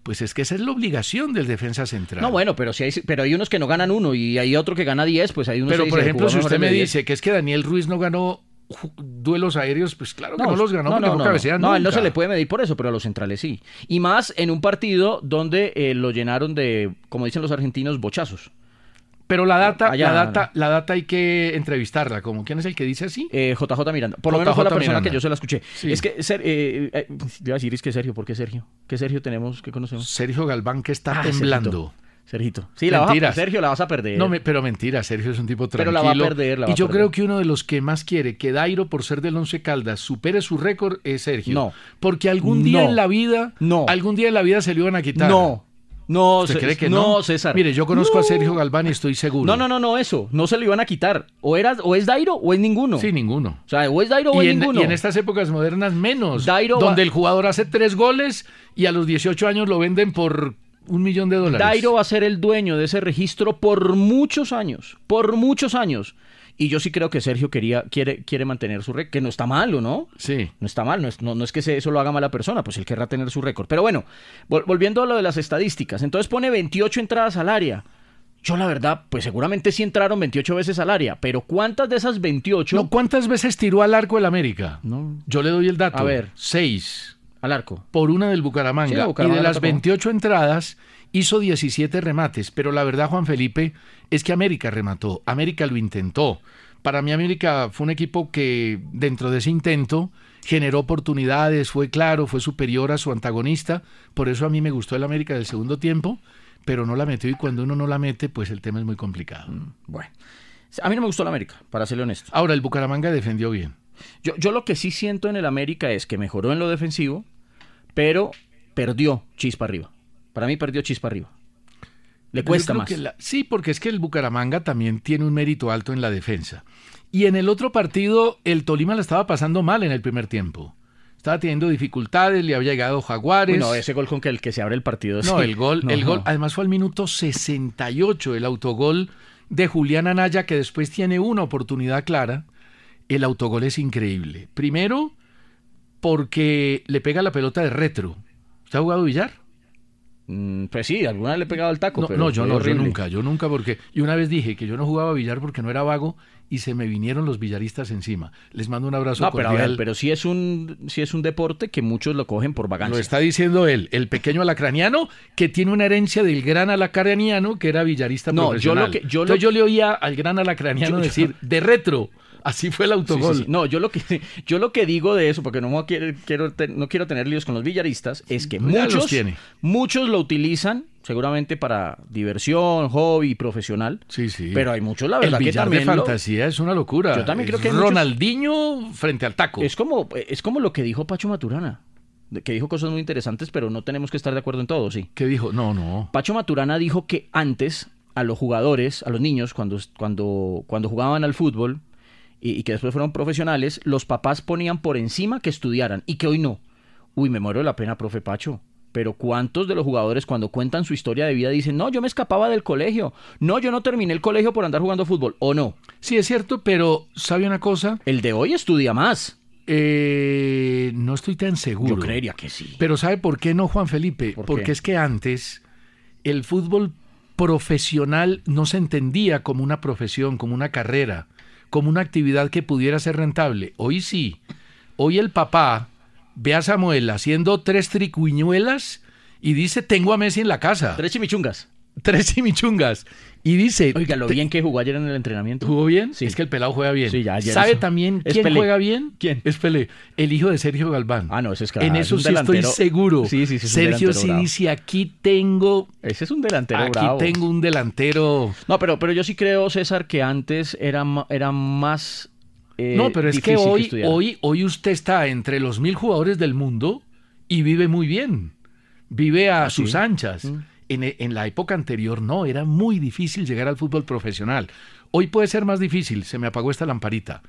Speaker 2: Pues es que esa es la obligación del defensa central.
Speaker 3: no, bueno, pero, si hay, pero hay unos que no ganan uno y hay otro que gana 10, pues hay unos
Speaker 2: Pero,
Speaker 3: que
Speaker 2: por
Speaker 3: dice,
Speaker 2: ejemplo,
Speaker 3: "Jugó
Speaker 2: si
Speaker 3: mejor
Speaker 2: usted
Speaker 3: el
Speaker 2: me
Speaker 3: de 10".
Speaker 2: dice que es que Daniel Ruiz no ganó ju- duelos aéreos, pues claro que no, los ganó
Speaker 3: no,
Speaker 2: porque
Speaker 3: no,
Speaker 2: no,
Speaker 3: no,
Speaker 2: cabecean
Speaker 3: no, a él no
Speaker 2: nunca.
Speaker 3: se le puede medir por eso, pero a los centrales sí. Y más en un partido donde eh, lo llenaron de, como dicen los argentinos, bochazos.
Speaker 2: Pero la data,
Speaker 3: Allá-
Speaker 2: la data, la data hay que entrevistarla. Como quién es el que dice así.
Speaker 3: Eh, JJ Miranda. Por lo
Speaker 2: JJ
Speaker 3: menos fue la persona
Speaker 2: Miranda.
Speaker 3: que yo se la escuché.
Speaker 2: Sí.
Speaker 3: Es que, Ser- eh, eh, iba a decir, es que Sergio, ¿por qué Sergio? ¿Qué Sergio tenemos? ¿Qué conocemos?
Speaker 2: Sergio Galván que está
Speaker 3: Ah,
Speaker 2: temblando.
Speaker 3: Sergito. Sergito. Sí, la vas a-
Speaker 2: Mentiras.
Speaker 3: Sergio, la vas a perder.
Speaker 2: No, me- pero mentira, Sergio es un tipo
Speaker 3: Pero
Speaker 2: tranquilo.
Speaker 3: la va a perder, la va
Speaker 2: y
Speaker 3: a
Speaker 2: yo
Speaker 3: perder.
Speaker 2: creo que uno de los que más quiere que Dairo, por ser del Once Caldas, supere su récord es Sergio.
Speaker 3: No.
Speaker 2: Porque algún día
Speaker 3: No.
Speaker 2: en la vida,
Speaker 3: No.
Speaker 2: algún día en la vida se le iban a quitar.
Speaker 3: No. No,
Speaker 2: ¿Usted
Speaker 3: Cés-
Speaker 2: cree que no?
Speaker 3: César.
Speaker 2: Mire, yo conozco a Sergio Galván y estoy seguro.
Speaker 3: No, no, no, no, eso. No se lo iban a quitar. O, era, o es Dairo o es ninguno.
Speaker 2: Sí, ninguno.
Speaker 3: O sea, o es Dairo o
Speaker 2: Y
Speaker 3: es
Speaker 2: en,
Speaker 3: ninguno.
Speaker 2: y en estas épocas modernas menos.
Speaker 3: Dairo va-
Speaker 2: donde el jugador hace tres goles y a los 18 años lo venden por un millón de dólares.
Speaker 3: Dairo va a ser el dueño de ese registro por muchos años, por muchos años. Y yo sí creo que Sergio quería, quiere, quiere mantener su récord, que no está mal, ¿o no?
Speaker 2: Sí.
Speaker 3: No está mal, no es, no, no es que se- eso lo haga mala persona, pues él querrá tener su récord. Pero bueno, vol- volviendo a lo de las estadísticas, entonces pone 28 entradas al área. Yo la verdad, pues seguramente sí entraron 28 veces al área, pero ¿cuántas de esas 28
Speaker 2: No, ¿Cuántas veces tiró al arco el América?
Speaker 3: No.
Speaker 2: Yo le doy el dato.
Speaker 3: A ver.
Speaker 2: Seis.
Speaker 3: al arco?
Speaker 2: por una del Bucaramanga.
Speaker 3: Sí, la Bucaramanga
Speaker 2: y de las
Speaker 3: tocó.
Speaker 2: 28 entradas hizo 17 remates. Pero la verdad, Juan Felipe, es que América remató. América lo intentó. Para mí, América fue un equipo que, dentro de ese intento, generó oportunidades, fue claro, fue superior a su antagonista. Por eso a mí me gustó el América del segundo tiempo, pero no la metió. Y cuando uno no la mete, pues el tema es muy complicado.
Speaker 3: Bueno, a mí no me gustó la América, para serle honesto.
Speaker 2: Ahora, el Bucaramanga defendió bien.
Speaker 3: Yo, yo lo que sí siento en el América es que mejoró en lo defensivo, pero perdió chispa arriba. Para mí perdió chispa arriba. Le
Speaker 2: Yo
Speaker 3: cuesta
Speaker 2: creo
Speaker 3: más.
Speaker 2: que la- sí, porque es que el Bucaramanga también tiene un mérito alto en la defensa. Y en el otro partido, el Tolima la estaba pasando mal en el primer tiempo. Estaba teniendo dificultades, le había llegado Jaguares.
Speaker 3: Uy, no, ese gol con que el que se abre el partido.
Speaker 2: No,
Speaker 3: sí.
Speaker 2: el gol,
Speaker 3: No,
Speaker 2: el gol.
Speaker 3: no.
Speaker 2: Además fue al minuto 68 el autogol de Julián Anaya, que después tiene una oportunidad clara. El autogol es increíble. Primero, porque le pega la pelota de retro. ¿Usted ha jugado billar?
Speaker 3: Mm, Pues sí, alguna vez le he pegado al taco.
Speaker 2: No,
Speaker 3: pero
Speaker 2: no, yo
Speaker 3: fue
Speaker 2: no, yo
Speaker 3: horrible.
Speaker 2: nunca, yo nunca, porque. Y una vez dije que yo no jugaba billar porque no era vago y se me vinieron los billaristas encima. Les mando un abrazo
Speaker 3: No, pero a
Speaker 2: cordial.
Speaker 3: ver, pero sí es un, sí es un deporte que muchos lo cogen por
Speaker 2: Lo
Speaker 3: vagancia.
Speaker 2: está diciendo él, el pequeño alacraniano, que tiene una herencia del gran alacraniano que era billarista
Speaker 3: No, yo
Speaker 2: profesional.
Speaker 3: lo que- yo lo-
Speaker 2: Entonces yo le oía al gran alacraniano
Speaker 3: Yo- yo-
Speaker 2: decir, de retro. Así fue el
Speaker 3: Sí, sí,
Speaker 2: autogol.
Speaker 3: sí. No, yo lo que yo lo que digo de eso, porque no mo- quiero, quiero te- no quiero tener líos con los billaristas, es que
Speaker 2: Ya los
Speaker 3: muchos,
Speaker 2: tiene.
Speaker 3: muchos lo utilizan seguramente para diversión, hobby, profesional.
Speaker 2: Sí, sí.
Speaker 3: Pero hay muchos, la
Speaker 2: el
Speaker 3: verdad, que
Speaker 2: billar
Speaker 3: también
Speaker 2: de
Speaker 3: lo-
Speaker 2: fantasía es una locura.
Speaker 3: Yo también
Speaker 2: Es
Speaker 3: creo que hay muchos-
Speaker 2: Ronaldinho frente al taco.
Speaker 3: es como es como lo que dijo Pacho Maturana, de- que dijo cosas muy interesantes, pero no tenemos que estar de acuerdo en todo, sí.
Speaker 2: ¿Qué dijo? No, no.
Speaker 3: Pacho Maturana dijo que antes a los jugadores, a los niños, cuando, cuando, cuando jugaban al fútbol y, y que después fueron profesionales, los papás ponían por encima que estudiaran y que hoy no. Uy, me muero de la pena, profe Pacho. Pero ¿cuántos de los jugadores cuando cuentan su historia de vida dicen, no, yo me escapaba del colegio, no, yo no terminé el colegio por andar jugando fútbol, o no?
Speaker 2: Sí, es cierto, pero ¿sabe una cosa?
Speaker 3: El de hoy estudia más.
Speaker 2: Eh, no estoy tan seguro.
Speaker 3: Yo creería que sí.
Speaker 2: Pero ¿sabe por qué no, Juan Felipe?
Speaker 3: ¿Por qué?
Speaker 2: Porque es que antes el fútbol profesional no se entendía como una profesión, como una carrera, como una actividad que pudiera ser rentable. Hoy sí. Hoy el papá ve a Samuel haciendo tres tricuñuelas y dice, tengo a Messi en la casa.
Speaker 3: Tres chimichungas.
Speaker 2: Tres chimichungas. Y dice...
Speaker 3: Oiga, lo
Speaker 2: "Te-
Speaker 3: bien que jugó ayer en el entrenamiento.
Speaker 2: ¿Jugó bien?
Speaker 3: Sí.
Speaker 2: Es que el pelado juega bien.
Speaker 3: Sí, ya, ayer
Speaker 2: ¿Sabe
Speaker 3: hizo-
Speaker 2: también
Speaker 3: Es
Speaker 2: quién
Speaker 3: Pelé.
Speaker 2: juega bien?
Speaker 3: ¿Quién?
Speaker 2: Es Pelé. El hijo de Sergio Galván.
Speaker 3: Ah, no, ese es claro,
Speaker 2: En
Speaker 3: es
Speaker 2: eso
Speaker 3: un
Speaker 2: sí estoy
Speaker 3: delantero.
Speaker 2: seguro.
Speaker 3: Sí, sí, sí, es un
Speaker 2: Sergio
Speaker 3: delantero
Speaker 2: sí
Speaker 3: bravo.
Speaker 2: dice, aquí tengo...
Speaker 3: Ese es un delantero
Speaker 2: aquí
Speaker 3: bravo.
Speaker 2: tengo un delantero...
Speaker 3: No, pero, pero yo sí creo, César, que antes era, ma- era más. eh,
Speaker 2: no, pero es que
Speaker 3: difícil
Speaker 2: hoy,
Speaker 3: estudiar.
Speaker 2: hoy, hoy usted está entre los mil jugadores del mundo y vive muy bien. Vive
Speaker 3: Ah,
Speaker 2: a sus anchas.
Speaker 3: Mm.
Speaker 2: En, e- en la época anterior no, era muy difícil llegar al fútbol profesional. Hoy puede ser más difícil, se me apagó esta lamparita.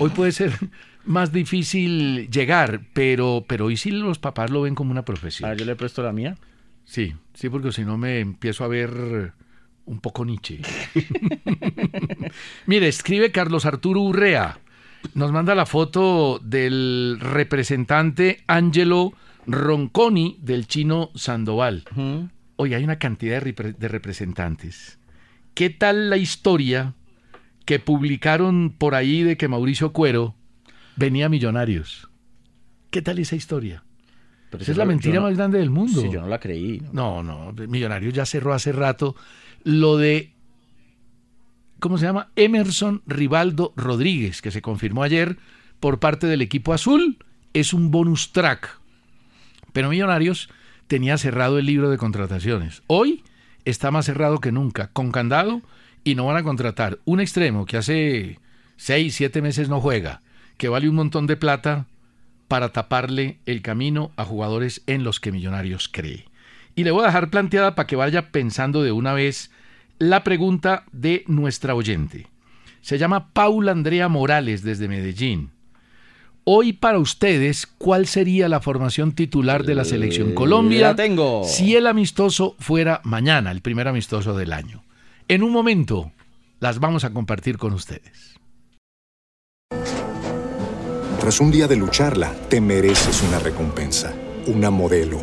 Speaker 2: Hoy puede ser más difícil llegar, pero, pero hoy sí los papás lo ven como una
Speaker 3: A ver,
Speaker 2: profesión.
Speaker 3: yo le presto la mía.
Speaker 2: Sí, sí, porque si no me empiezo a ver eh, un poco Nietzsche. Mire, escribe Carlos Arturo Urrea. Nos manda la foto del representante Angelo Ronconi del chino Sandoval. Hoy hay una cantidad de, repre- de representantes. ¿Qué tal la historia que publicaron por ahí de que Mauricio Cuero venía a Millonarios? ¿Qué tal esa historia?
Speaker 3: Pero
Speaker 2: Esa
Speaker 3: si
Speaker 2: es la
Speaker 3: no- yo
Speaker 2: mentira
Speaker 3: no-
Speaker 2: más grande del mundo.
Speaker 3: Sí, yo no la creí. ¿no?
Speaker 2: No, no, Millonarios ya cerró hace rato. Lo de, ¿cómo se llama? Emerson Rivaldo Rodríguez, que se confirmó ayer por parte del equipo azul, es un bonus track. Pero Millonarios tenía cerrado el libro de contrataciones. Hoy está más cerrado que nunca, con candado, y no van a contratar un extremo que hace seis, siete meses no juega, que vale un montón de plata para taparle el camino a jugadores en los que Millonarios cree. Y le voy a dejar planteada para que vaya pensando de una vez la pregunta de nuestra oyente. Se llama Paula Andrea Morales desde Medellín. Hoy para ustedes, ¿cuál sería la formación titular de la selección
Speaker 3: Eh,
Speaker 2: Colombia?
Speaker 3: la tengo.
Speaker 2: Si el amistoso fuera mañana, el primer amistoso del año. En un momento las vamos a compartir con ustedes.
Speaker 4: Tras un día de lucharla, te mereces una recompensa, una modelo,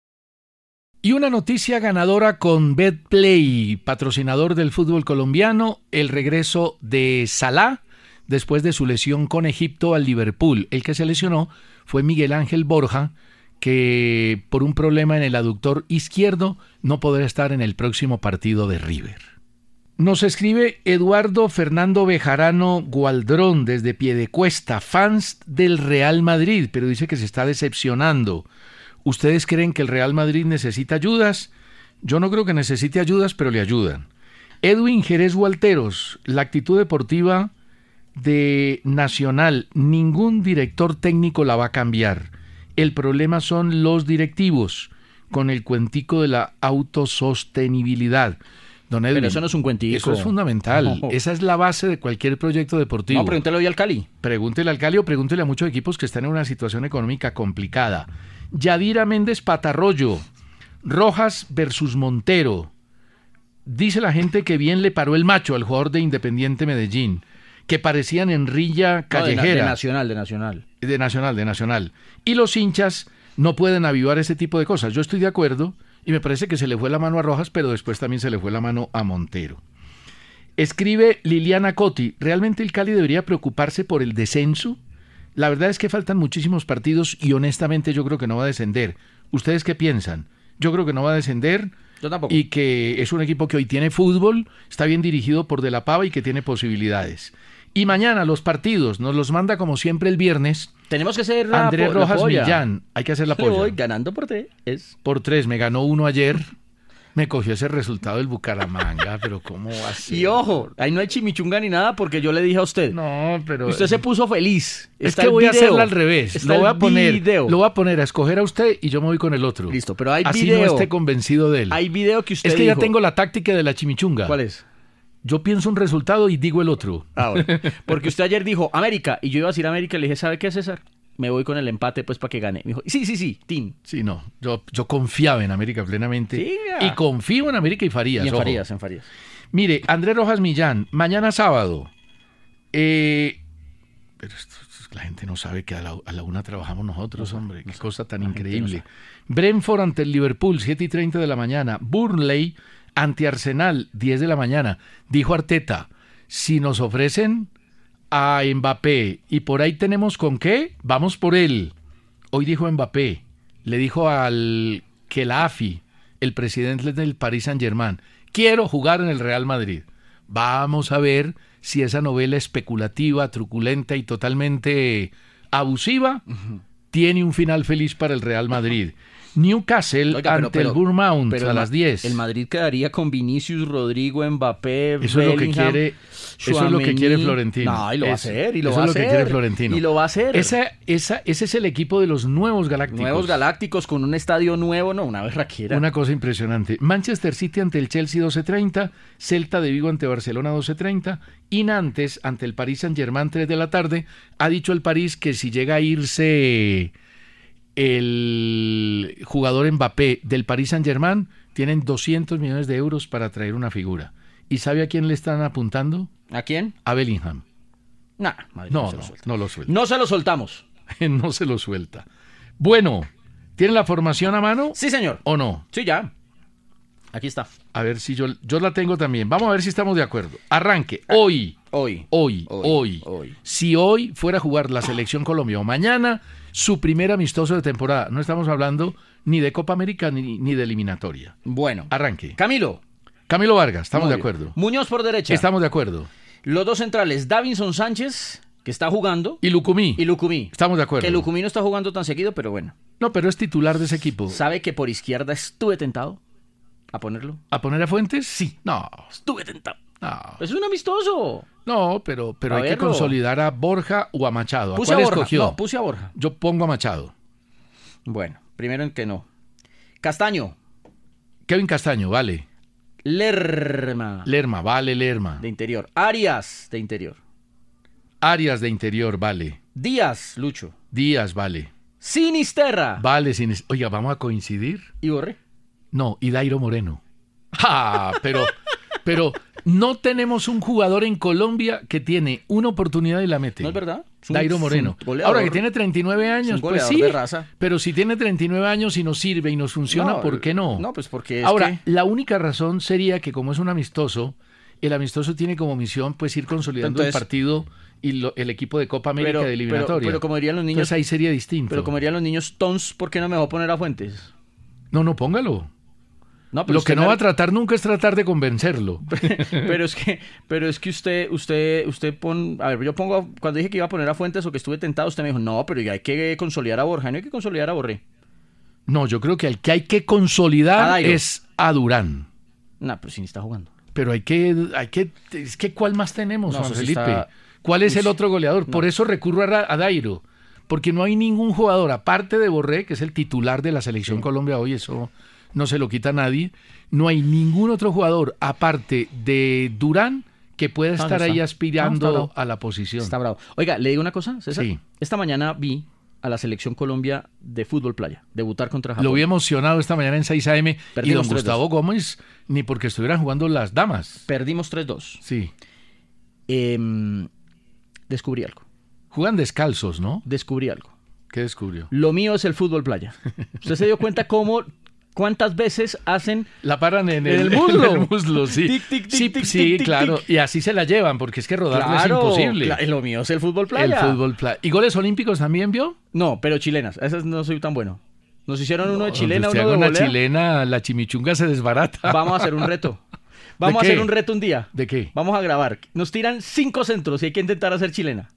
Speaker 2: Y una noticia ganadora con BetPlay, patrocinador del fútbol colombiano, el regreso de Salah después de su lesión con Egipto al Liverpool. El que se lesionó fue Miguel Ángel Borja, que por un problema en el aductor izquierdo no podrá estar en el próximo partido de River. Nos escribe Eduardo Fernando Bejarano Gualdrón desde Piedecuesta, fans del Real Madrid, pero dice que se está decepcionando. ¿Ustedes creen que el Real Madrid necesita ayudas? Yo no creo que necesite ayudas, pero le ayudan. Edwin Jerez Gualteros, la actitud deportiva de Nacional, ningún director técnico la va a cambiar. El problema son los directivos, con el cuentico de la autosostenibilidad. Don Edwin,
Speaker 3: Pero eso no es un cuentico.
Speaker 2: Eso es fundamental.
Speaker 3: No.
Speaker 2: Esa es la base de cualquier proyecto deportivo.
Speaker 3: No, pregúntale hoy al Cali.
Speaker 2: Pregúntele al Cali o pregúntele a muchos equipos que están en una situación económica complicada. Yadira Méndez Patarroyo, Rojas versus Montero. Dice la gente que bien le paró el macho al jugador de Independiente Medellín, que parecían en rilla
Speaker 3: No, de na- de
Speaker 2: callejera.
Speaker 3: Nacional, de Nacional.
Speaker 2: De Nacional, de Nacional. Y los hinchas no pueden avivar ese tipo de cosas. Yo estoy de acuerdo y me parece que se le fue la mano a Rojas, pero después también se le fue la mano a Montero. Escribe Liliana Cotti, ¿realmente el Cali debería preocuparse por el descenso? La verdad es que faltan muchísimos partidos y honestamente yo creo que no va a descender. ¿Ustedes qué piensan? Yo creo que no va a descender.
Speaker 3: Yo tampoco.
Speaker 2: Y que es un equipo que hoy tiene fútbol, está bien dirigido por De La Pava y que tiene posibilidades. Y mañana los partidos nos los manda como siempre el viernes.
Speaker 3: Tenemos que ser la
Speaker 2: Andrés
Speaker 3: po- la
Speaker 2: Rojas
Speaker 3: polla.
Speaker 2: Millán, hay que hacer la
Speaker 3: Le voy
Speaker 2: polla.
Speaker 3: ganando por tres.
Speaker 2: Por tres, me ganó uno ayer. Me cogió ese resultado del Bucaramanga, pero ¿cómo así?
Speaker 3: Y ojo, ahí no hay chimichunga ni nada porque yo le dije a usted.
Speaker 2: No, pero.
Speaker 3: Y usted se puso feliz.
Speaker 2: Es
Speaker 3: Está
Speaker 2: que
Speaker 3: el
Speaker 2: voy a
Speaker 3: video.
Speaker 2: hacerla al revés.
Speaker 3: Está
Speaker 2: lo voy
Speaker 3: el
Speaker 2: a poner.
Speaker 3: video.
Speaker 2: Lo voy a poner a escoger a usted y yo me voy con el otro.
Speaker 3: Listo, pero hay
Speaker 2: Así no
Speaker 3: video.
Speaker 2: esté convencido de él.
Speaker 3: Hay video que usted
Speaker 2: es que ya
Speaker 3: dijo.
Speaker 2: tengo la táctica de la chimichunga.
Speaker 3: ¿Cuál es?
Speaker 2: Yo pienso un resultado y digo el otro.
Speaker 3: Ahora, porque usted ayer dijo América y yo iba a decir América y le dije, ¿sabe qué, César? Me voy con el empate pues para que gane. Me dijo, sí, sí, sí, Tim.
Speaker 2: Sí, no. Yo, yo confiaba en América plenamente.
Speaker 3: Sí, ya.
Speaker 2: y confío en América y Farías.
Speaker 3: Y en
Speaker 2: ojo.
Speaker 3: Farías, en Farías.
Speaker 2: Mire, Andrés Rojas Millán, mañana sábado. Eh, pero esto- esto- la gente no sabe que a la, a la una trabajamos nosotros, hombre. Qué cosa tan increíble. Brentford ante el Liverpool, 7 y 30 de la mañana. Burnley ante Arsenal, 10 de la mañana. Dijo Arteta, si nos ofrecen a Mbappé y por ahí tenemos con qué, vamos por él. Hoy dijo Mbappé, le dijo al Kelafi, el presidente del Paris Saint Germain, quiero jugar en el Real Madrid. Vamos a ver si esa novela especulativa, truculenta y totalmente abusiva tiene un final feliz para el Real Madrid. Newcastle
Speaker 3: Oiga, pero-
Speaker 2: ante
Speaker 3: pero-
Speaker 2: el Bournemouth
Speaker 3: pero
Speaker 2: a
Speaker 3: el Ma-
Speaker 2: las 10.
Speaker 3: El Madrid quedaría con Vinicius, Rodrigo, Mbappé,
Speaker 2: Eso es lo que
Speaker 3: Bellingham,
Speaker 2: quiere- eso es lo que quiere
Speaker 3: Tchouaméni.
Speaker 2: Florentino.
Speaker 3: No, y lo va a
Speaker 2: Eso-
Speaker 3: hacer, y lo
Speaker 2: eso
Speaker 3: va
Speaker 2: es
Speaker 3: a
Speaker 2: lo que
Speaker 3: hacer.
Speaker 2: quiere Florentino.
Speaker 3: Y lo va a hacer.
Speaker 2: Esa- esa- ese es el equipo de los nuevos galácticos.
Speaker 3: Nuevos galácticos con un estadio nuevo, no, una berraquera.
Speaker 2: Una cosa impresionante. Manchester City ante el Chelsea 12.30, Celta de Vigo ante Barcelona 12.30 y Nantes ante el París Saint Germain 3 de la tarde. Ha dicho el París que si llega a irse el jugador Mbappé del París Saint Germain, tienen 200 millones de euros para traer una figura. ¿Y sabe a quién le están apuntando?
Speaker 3: ¿A quién?
Speaker 2: A Bellingham.
Speaker 3: Nah, Madrid
Speaker 2: No,
Speaker 3: se lo
Speaker 2: no,
Speaker 3: suelta.
Speaker 2: no lo suelta.
Speaker 3: No se lo soltamos.
Speaker 2: No se lo suelta. Bueno, ¿tiene la formación a mano
Speaker 3: Sí, señor.
Speaker 2: o no?
Speaker 3: Sí, ya. Aquí está.
Speaker 2: A ver si yo, yo la tengo también. Vamos a ver si estamos de acuerdo. Arranque. Hoy,
Speaker 3: Hoy.
Speaker 2: hoy,
Speaker 3: Hoy,
Speaker 2: hoy.
Speaker 3: hoy.
Speaker 2: Si hoy fuera a jugar la selección Colombia o mañana, su primer amistoso de temporada. No estamos hablando ni de Copa América ni, ni de eliminatoria.
Speaker 3: Bueno.
Speaker 2: Arranque.
Speaker 3: Camilo.
Speaker 2: Camilo Vargas, Ah. estamos
Speaker 3: Muy
Speaker 2: de
Speaker 3: bien.
Speaker 2: acuerdo.
Speaker 3: Muñoz por derecha.
Speaker 2: Estamos de acuerdo.
Speaker 3: Los dos centrales, Davinson Sánchez, que está jugando,
Speaker 2: Y Lucumí.
Speaker 3: y Lucumí.
Speaker 2: Estamos de acuerdo.
Speaker 3: Que Lucumí no está jugando tan seguido, pero bueno.
Speaker 2: No, pero es titular de ese equipo.
Speaker 3: ¿Sabe que por izquierda estuve tentado a ponerlo?
Speaker 2: ¿A poner a Fuentes? Sí. No,
Speaker 3: Estuve tentado.
Speaker 2: no.
Speaker 3: Es un amistoso.
Speaker 2: No, pero, pero
Speaker 3: A
Speaker 2: hay que
Speaker 3: verlo.
Speaker 2: consolidar a Borja o a Machado. ¿A
Speaker 3: Puse a
Speaker 2: cuál
Speaker 3: Borja.
Speaker 2: escogió?
Speaker 3: No, puse a Borja.
Speaker 2: Yo pongo a Machado.
Speaker 3: Bueno, primero en que no. Castaño,
Speaker 2: Kevin Castaño, vale.
Speaker 3: Lerma,
Speaker 2: Lerma, vale Lerma.
Speaker 3: de interior. Arias, de interior.
Speaker 2: Arias de interior, vale.
Speaker 3: Díaz, Lucho.
Speaker 2: Díaz, vale.
Speaker 3: Sinisterra.
Speaker 2: Vale, sin... Oiga, ¿vamos a coincidir?
Speaker 3: y Borré.
Speaker 2: No, y Dairo Moreno. ¡Ja! Pero, pero no tenemos un jugador en Colombia que tiene una oportunidad y la mete.
Speaker 3: ¿No es verdad? Es un-
Speaker 2: Dairo
Speaker 3: es un
Speaker 2: Moreno.
Speaker 3: goleador.
Speaker 2: Ahora que tiene 39 años, pues
Speaker 3: goleador
Speaker 2: sí.
Speaker 3: de raza.
Speaker 2: Pero si tiene 39 años y nos sirve y nos funciona,
Speaker 3: No,
Speaker 2: ¿por qué no?
Speaker 3: no, pues porque es
Speaker 2: Ahora,
Speaker 3: que-
Speaker 2: la única razón sería que como es un amistoso, el amistoso tiene como misión pues ir consolidando
Speaker 3: Entonces-
Speaker 2: el partido y lo- el equipo de Copa América
Speaker 3: Pero-
Speaker 2: de eliminatoria.
Speaker 3: pero- pero como dirían los niños-
Speaker 2: Entonces ahí sería distinto.
Speaker 3: Pero como dirían los niños Tons, ¿por qué no me va a poner a Fuentes?
Speaker 2: No, no, póngalo.
Speaker 3: No,
Speaker 2: Lo
Speaker 3: usted
Speaker 2: que no
Speaker 3: me-
Speaker 2: va a tratar nunca es tratar de convencerlo.
Speaker 3: pero es que, pero es que usted, usted, usted pon, a ver, yo pongo, a- cuando dije que iba a poner a Fuentes o que estuve tentado, usted me dijo, no, pero ya hay que consolidar a Borja, no hay que consolidar a Borré.
Speaker 2: No, yo creo que al que hay que
Speaker 3: A
Speaker 2: consolidar
Speaker 3: Dairo.
Speaker 2: es a Durán.
Speaker 3: No, pero pues sí está jugando.
Speaker 2: Pero hay que, hay que, es que ¿cuál más tenemos,
Speaker 3: No,
Speaker 2: Juan
Speaker 3: eso sí
Speaker 2: Felipe?
Speaker 3: está-
Speaker 2: ¿Cuál es
Speaker 3: Uy,
Speaker 2: el otro goleador? Por eso recurro a, Ra- a Dairo, porque no hay ningún jugador, aparte de Borré, que es el titular de la selección Colombia hoy, eso no se lo quita nadie, no hay ningún otro jugador, aparte de Durán, que pueda
Speaker 3: Ah, no
Speaker 2: estar ahí
Speaker 3: está.
Speaker 2: aspirando
Speaker 3: No, está bravo.
Speaker 2: a la posición.
Speaker 3: Está bravo. Oiga, le digo una cosa, César.
Speaker 2: Sí.
Speaker 3: Esta mañana vi a la selección Colombia de fútbol playa debutar contra Japón.
Speaker 2: Lo vi emocionado esta mañana en 6 AM y
Speaker 3: Perdimos
Speaker 2: don Gustavo Gómez, ni porque estuvieran jugando las damas.
Speaker 3: Perdimos 3-2.
Speaker 2: Sí,
Speaker 3: Em, descubrí algo.
Speaker 2: juegan descalzos, ¿no?
Speaker 3: Descubrí algo.
Speaker 2: ¿Qué descubrió?
Speaker 3: Lo mío es el fútbol playa. ¿Usted se dio cuenta cómo ¿Cuántas veces hacen
Speaker 2: La paran en
Speaker 3: En
Speaker 2: el,
Speaker 3: el muslo.
Speaker 2: en el muslo, sí.
Speaker 3: Tic, tic, tic,
Speaker 2: sí,
Speaker 3: tic,
Speaker 2: sí,
Speaker 3: tic, tic,
Speaker 2: claro.
Speaker 3: tic.
Speaker 2: Y así se la llevan, porque es que rodar
Speaker 3: Claro,
Speaker 2: es imposible.
Speaker 3: cla- lo mío es el fútbol
Speaker 2: el
Speaker 3: playa.
Speaker 2: fútbol playa. ¿Y goles olímpicos también vio?
Speaker 3: No, pero chilenas. Esas no soy tan bueno. Nos hicieron uno de chilena,
Speaker 2: Donde usted
Speaker 3: uno de
Speaker 2: haga una
Speaker 3: volea.
Speaker 2: chilena, la chimichunga se desbarata.
Speaker 3: Vamos a hacer un reto. Vamos a
Speaker 2: qué?
Speaker 3: hacer un reto un día.
Speaker 2: ¿De qué?
Speaker 3: Vamos a grabar. Nos tiran cinco centros y hay que intentar hacer chilena.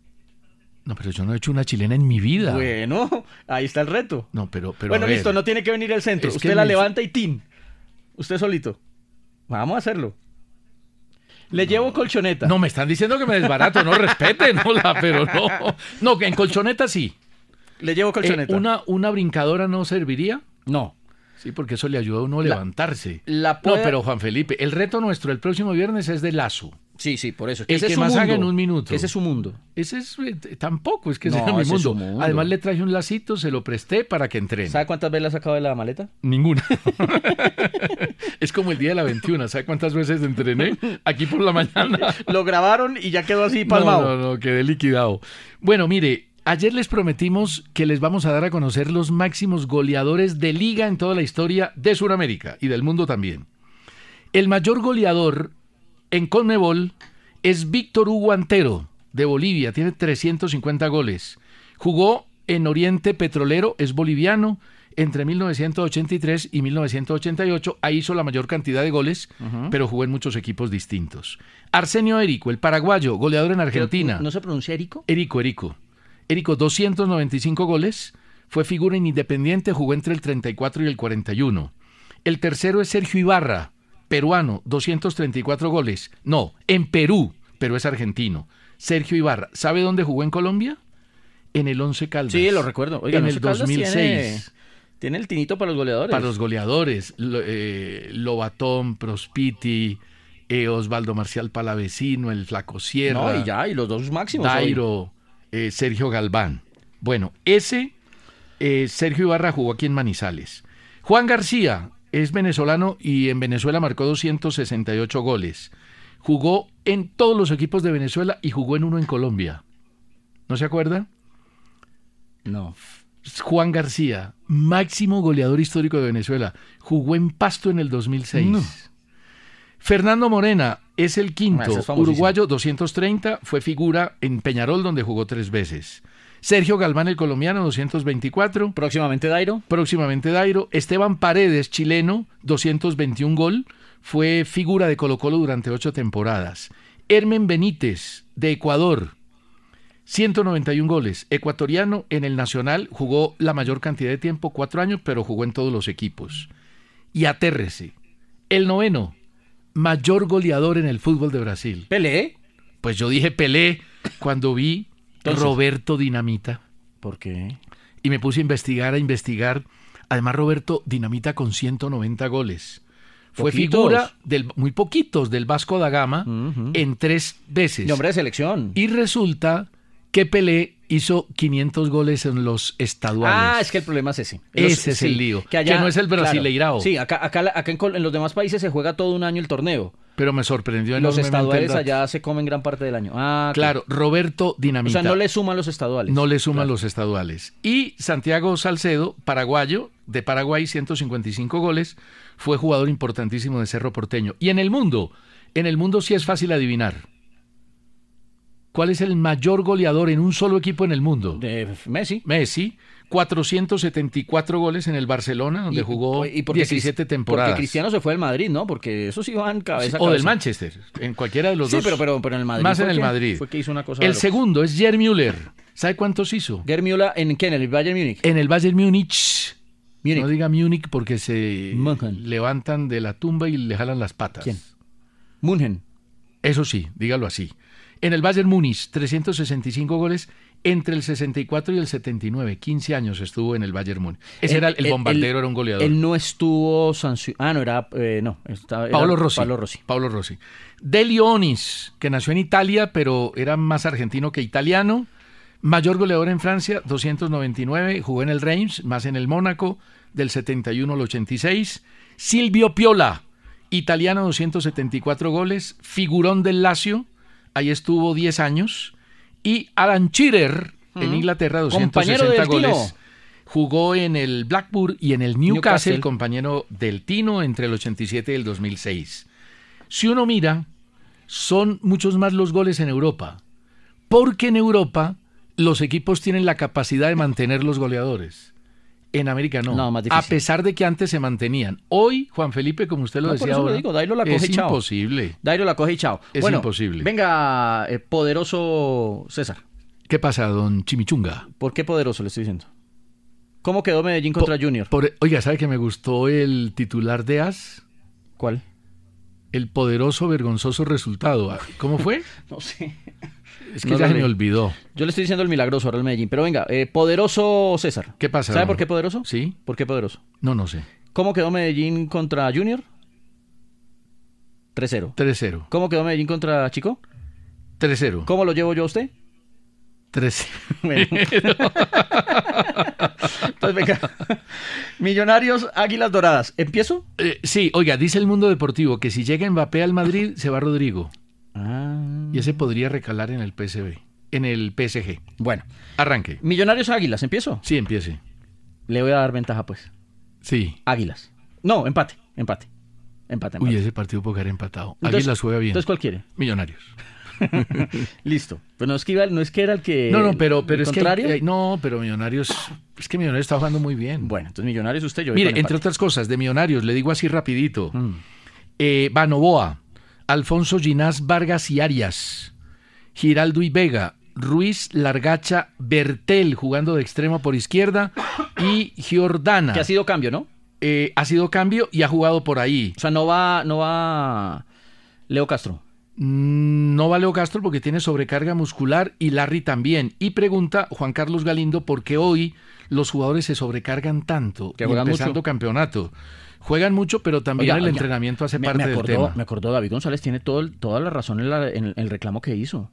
Speaker 2: No, pero yo no he hecho una chilena en mi vida.
Speaker 3: Bueno, ahí está el reto.
Speaker 2: No, pero, pero
Speaker 3: bueno,
Speaker 2: a ver.
Speaker 3: listo, no tiene que venir el centro.
Speaker 2: Es que
Speaker 3: Usted la
Speaker 2: me-
Speaker 3: levanta y tin. Usted solito. Vamos a hacerlo. Le llevo colchoneta.
Speaker 2: No, me están diciendo que me desbarato, no respeten, hola, pero no. No, que en colchoneta sí.
Speaker 3: Le llevo
Speaker 2: Eh,
Speaker 3: colchoneta.
Speaker 2: una, una brincadora no serviría.
Speaker 3: No.
Speaker 2: Sí, porque eso le ayuda a uno a
Speaker 3: La-
Speaker 2: levantarse.
Speaker 3: la
Speaker 2: No,
Speaker 3: puede-
Speaker 2: pero Juan Felipe, el reto nuestro el próximo viernes es de lazo.
Speaker 3: Sí, sí, por eso.
Speaker 2: El
Speaker 3: Ese
Speaker 2: que
Speaker 3: es su
Speaker 2: más
Speaker 3: mundo.
Speaker 2: haga en un minuto.
Speaker 3: Ese es su mundo.
Speaker 2: Ese es eh, t- tampoco, es que
Speaker 3: No,
Speaker 2: sea mi
Speaker 3: ese es
Speaker 2: mundo.
Speaker 3: su mundo.
Speaker 2: Además le traje un lacito, se lo presté para que entrene.
Speaker 3: ¿Sabe cuántas veces la ha sacado de la maleta?
Speaker 2: Ninguna. es como el día de la 21, ¿sabe cuántas veces entrené? Aquí por la mañana.
Speaker 3: Lo grabaron y ya quedó así
Speaker 2: No,
Speaker 3: palmado.
Speaker 2: no, no, quedé liquidado. Bueno, mire, ayer les prometimos que les vamos a dar a conocer los máximos goleadores de liga en toda la historia de Sudamérica y del mundo también. El mayor goleador en Conmebol es Víctor Hugo Antero, de Bolivia, tiene 350 goles. Jugó en Oriente Petrolero, es boliviano, entre 1983 y 1988, ahí hizo la mayor cantidad de goles, pero jugó en muchos equipos distintos. Arsenio Erico, el paraguayo, goleador en
Speaker 3: Pero,
Speaker 2: Argentina.
Speaker 3: ¿No se pronuncia Erico?
Speaker 2: Erico, Erico. Erico, 295 goles, fue figura en Independiente, jugó entre el 34 y el 41. El tercero es Sergio Ibarra, peruano, 234 goles. No, en Perú, pero es argentino. Sergio Ibarra, ¿sabe dónde jugó en Colombia? En el Once Caldas.
Speaker 3: Sí, lo recuerdo. Oiga,
Speaker 2: en
Speaker 3: Nacho
Speaker 2: el
Speaker 3: Caldas
Speaker 2: 2006.
Speaker 3: Tiene, tiene el tinito para los goleadores.
Speaker 2: Para los goleadores, lo- eh, Lobatón, Prospiti, eh, Osvaldo Marcial Palavecino, el Flaco Sierra.
Speaker 3: No, y ya, y los dos máximos. hoy.
Speaker 2: Dairo, eh, Sergio Galván. Bueno, ese eh, Sergio Ibarra jugó aquí en Manizales. Juan García es venezolano y en Venezuela marcó 268 goles. Jugó en todos los equipos de Venezuela y jugó en uno en Colombia. ¿No se acuerda?
Speaker 3: No.
Speaker 2: Juan García, máximo goleador histórico de Venezuela, jugó en Pasto en el 2006. Fernando Morena es el
Speaker 3: Ah,
Speaker 2: quinto,
Speaker 3: ese es famosísimo.
Speaker 2: uruguayo 230, fue figura en Peñarol donde jugó tres veces. Sergio Galván el colombiano 224,
Speaker 3: Próximamente Dairo.
Speaker 2: próximamente Dairo. Esteban Paredes, chileno, 221 gol, fue figura de Colo Colo durante ocho temporadas. Hermen Benítez, de Ecuador, 191 goles. Ecuatoriano en el Nacional, jugó la mayor cantidad de tiempo, cuatro años, pero jugó en todos los equipos. Y atérrese, el noveno, mayor goleador en el fútbol de Brasil.
Speaker 3: Pelé.
Speaker 2: Pues yo dije Pelé cuando vi
Speaker 3: Entonces.
Speaker 2: Roberto Dinamita
Speaker 3: ¿Por qué?
Speaker 2: y me puse a investigar, a investigar. Además, Roberto Dinamita con 190 goles. Fue
Speaker 3: Poquitos.
Speaker 2: figura del, muy poquitos del Vasco da Gama
Speaker 3: Ujú.
Speaker 2: en tres veces.
Speaker 3: De hombre de selección.
Speaker 2: Y resulta que Pelé hizo 500 goles en los estaduales.
Speaker 3: Ah, es que el problema es ese.
Speaker 2: Ese es el lío, que no es el brasileirao.
Speaker 3: Sí, acá, acá, acá en, Col- en los demás países se juega todo un año el torneo.
Speaker 2: Pero me sorprendió
Speaker 3: Los
Speaker 2: enormemente el
Speaker 3: estaduales
Speaker 2: dato.
Speaker 3: allá se comen gran parte del año. Ah, ok.
Speaker 2: Claro, Roberto
Speaker 3: O
Speaker 2: Dinamita.
Speaker 3: sea, no le suman los estaduales.
Speaker 2: No le suman
Speaker 3: Claro.
Speaker 2: los estaduales. Y Santiago Salcedo, paraguayo, de Paraguay, 155 goles, fue jugador importantísimo de Cerro Porteño. Y en el mundo, en el mundo sí es fácil adivinar. ¿Cuál es el mayor goleador en un solo equipo en el mundo?
Speaker 3: De Messi.
Speaker 2: Messi, 474 goles en el Barcelona, donde jugó
Speaker 3: y porque
Speaker 2: 17
Speaker 3: Cris-
Speaker 2: temporadas.
Speaker 3: Porque Cristiano se fue del Madrid, ¿no? Porque esos iban cabeza a
Speaker 2: o del
Speaker 3: cabeza.
Speaker 2: Manchester, en cualquiera de los
Speaker 3: Sí,
Speaker 2: dos.
Speaker 3: pero, pero, pero en el Madrid.
Speaker 2: Más
Speaker 3: fue
Speaker 2: en el
Speaker 3: que-
Speaker 2: Madrid.
Speaker 3: Fue que hizo una cosa. de
Speaker 2: El
Speaker 3: locos.
Speaker 2: segundo es Jerry Müller. ¿Sabe cuántos hizo?
Speaker 3: Germiola en quién? En el Bayern Múnich.
Speaker 2: En el Bayern Múnich.
Speaker 3: Múnich.
Speaker 2: Eh, No diga Múnich porque se
Speaker 3: München.
Speaker 2: levantan de la tumba y le jalan las patas.
Speaker 3: ¿Quién? München.
Speaker 2: Eso sí, dígalo así. En el Bayern Múnich, 365 goles entre el 64 y el 79. 15 años estuvo en el Bayern Múnich. Ese era el, bombardero, era un goleador.
Speaker 3: Eh, Él no estuvo sancionado. Ah, no, era. eh, no, estaba, era
Speaker 2: Paolo Rossi.
Speaker 3: Paolo Rossi.
Speaker 2: Paolo Rossi. De Leonis, que nació en Italia, pero era más argentino que italiano. Mayor goleador en Francia, 299. Jugó en el Reims, más en el Mónaco, del 71 al 86. Silvio Piola, italiano, 274 goles. Figurón del Lazio, ahí estuvo 10 años. Y Alan Shearer, en Inglaterra,
Speaker 3: Mm. Compañero
Speaker 2: 260
Speaker 3: del Tino.
Speaker 2: goles. Jugó en el Blackburn y en el Newcastle, Newcastle. compañero del Tino, entre el 87 y el 2006. Si uno mira, son muchos más los goles en Europa, porque en Europa los equipos tienen la capacidad de mantener los goleadores. En América no.
Speaker 3: No, más
Speaker 2: a
Speaker 3: difícil.
Speaker 2: pesar de que antes se mantenían. Hoy, Juan Felipe, como usted lo
Speaker 3: No, por
Speaker 2: decía
Speaker 3: eso lo
Speaker 2: ahora,
Speaker 3: digo, Dairo la coge
Speaker 2: es
Speaker 3: y chao.
Speaker 2: imposible.
Speaker 3: Dairo la coge y chao.
Speaker 2: Es
Speaker 3: Bueno,
Speaker 2: imposible.
Speaker 3: Venga, eh, poderoso César.
Speaker 2: ¿Qué pasa, don Chimichunga?
Speaker 3: ¿Por qué poderoso le estoy diciendo? ¿Cómo quedó Medellín contra
Speaker 2: Po-
Speaker 3: Junior?
Speaker 2: por- oiga, ¿sabe que me gustó el titular de AS?
Speaker 3: ¿Cuál?
Speaker 2: El poderoso, vergonzoso resultado. Ah, ¿Cómo fue?
Speaker 3: No sé.
Speaker 2: Es que
Speaker 3: No
Speaker 2: ya
Speaker 3: lo
Speaker 2: se
Speaker 3: leí.
Speaker 2: me olvidó.
Speaker 3: Yo le estoy diciendo el milagroso ahora al Medellín. Pero venga, eh, poderoso César.
Speaker 2: ¿Qué pasa,
Speaker 3: ¿Sabe
Speaker 2: don?
Speaker 3: por qué poderoso?
Speaker 2: ¿Sí?
Speaker 3: ¿Por qué poderoso?
Speaker 2: No, no sé.
Speaker 3: ¿Cómo quedó Medellín contra Junior? 3-0.
Speaker 2: 3-0.
Speaker 3: ¿Cómo quedó Medellín contra Chico?
Speaker 2: 3-0.
Speaker 3: ¿Cómo lo llevo yo a usted?
Speaker 2: 3
Speaker 3: Bueno. Entonces, venga. Millonarios, Águilas Doradas. ¿Empiezo?
Speaker 2: Eh, sí, oiga, dice el mundo deportivo que si llega Mbappé al Madrid, se va Rodrigo.
Speaker 3: Ah.
Speaker 2: Y ese podría recalar en el PSV. En el PSG.
Speaker 3: Bueno.
Speaker 2: Arranque.
Speaker 3: Millonarios, Águilas. ¿Empiezo?
Speaker 2: Sí, empiece.
Speaker 3: Le voy a dar ventaja, pues.
Speaker 2: Sí.
Speaker 3: Águilas. No, empate. Empate. Empate, empate.
Speaker 2: Uy, ese partido puede quedar empatado.
Speaker 3: Entonces-
Speaker 2: Águilas juega bien.
Speaker 3: Entonces, ¿cuál quiere?
Speaker 2: Millonarios.
Speaker 3: Listo. Pero no es que, iba- no es que era el que.
Speaker 2: No, no, pero, pero
Speaker 3: Eh, el
Speaker 2: es que.
Speaker 3: contrario.
Speaker 2: eh, no, pero Millonarios. Es que Millonarios está jugando muy bien.
Speaker 3: Bueno, entonces Millonarios usted, yo voy
Speaker 2: Mire,
Speaker 3: con
Speaker 2: entre
Speaker 3: empate.
Speaker 2: otras cosas, de Millonarios, le digo así rapidito. Eh, Banoboa, Alfonso Ginás Vargas y Arias, Giraldo y Vega, Ruiz Largacha Bertel jugando de extremo por izquierda y Giordana.
Speaker 3: Que ha sido cambio, ¿no?
Speaker 2: Eh, ha sido cambio y ha jugado por ahí.
Speaker 3: O sea, no va, no va Leo Castro.
Speaker 2: Mm, No valeo Castro porque tiene sobrecarga muscular y Larry también. Y pregunta Juan Carlos Galindo por qué hoy los jugadores se sobrecargan tanto
Speaker 3: Que juegan
Speaker 2: y empezando
Speaker 3: mucho.
Speaker 2: campeonato. Juegan mucho, pero también
Speaker 3: Oiga,
Speaker 2: el
Speaker 3: oiga,
Speaker 2: entrenamiento hace
Speaker 3: me-
Speaker 2: parte
Speaker 3: me acordó,
Speaker 2: del tema.
Speaker 3: Me acordó, David González tiene todo, el- toda la razón en, la- en el reclamo que hizo.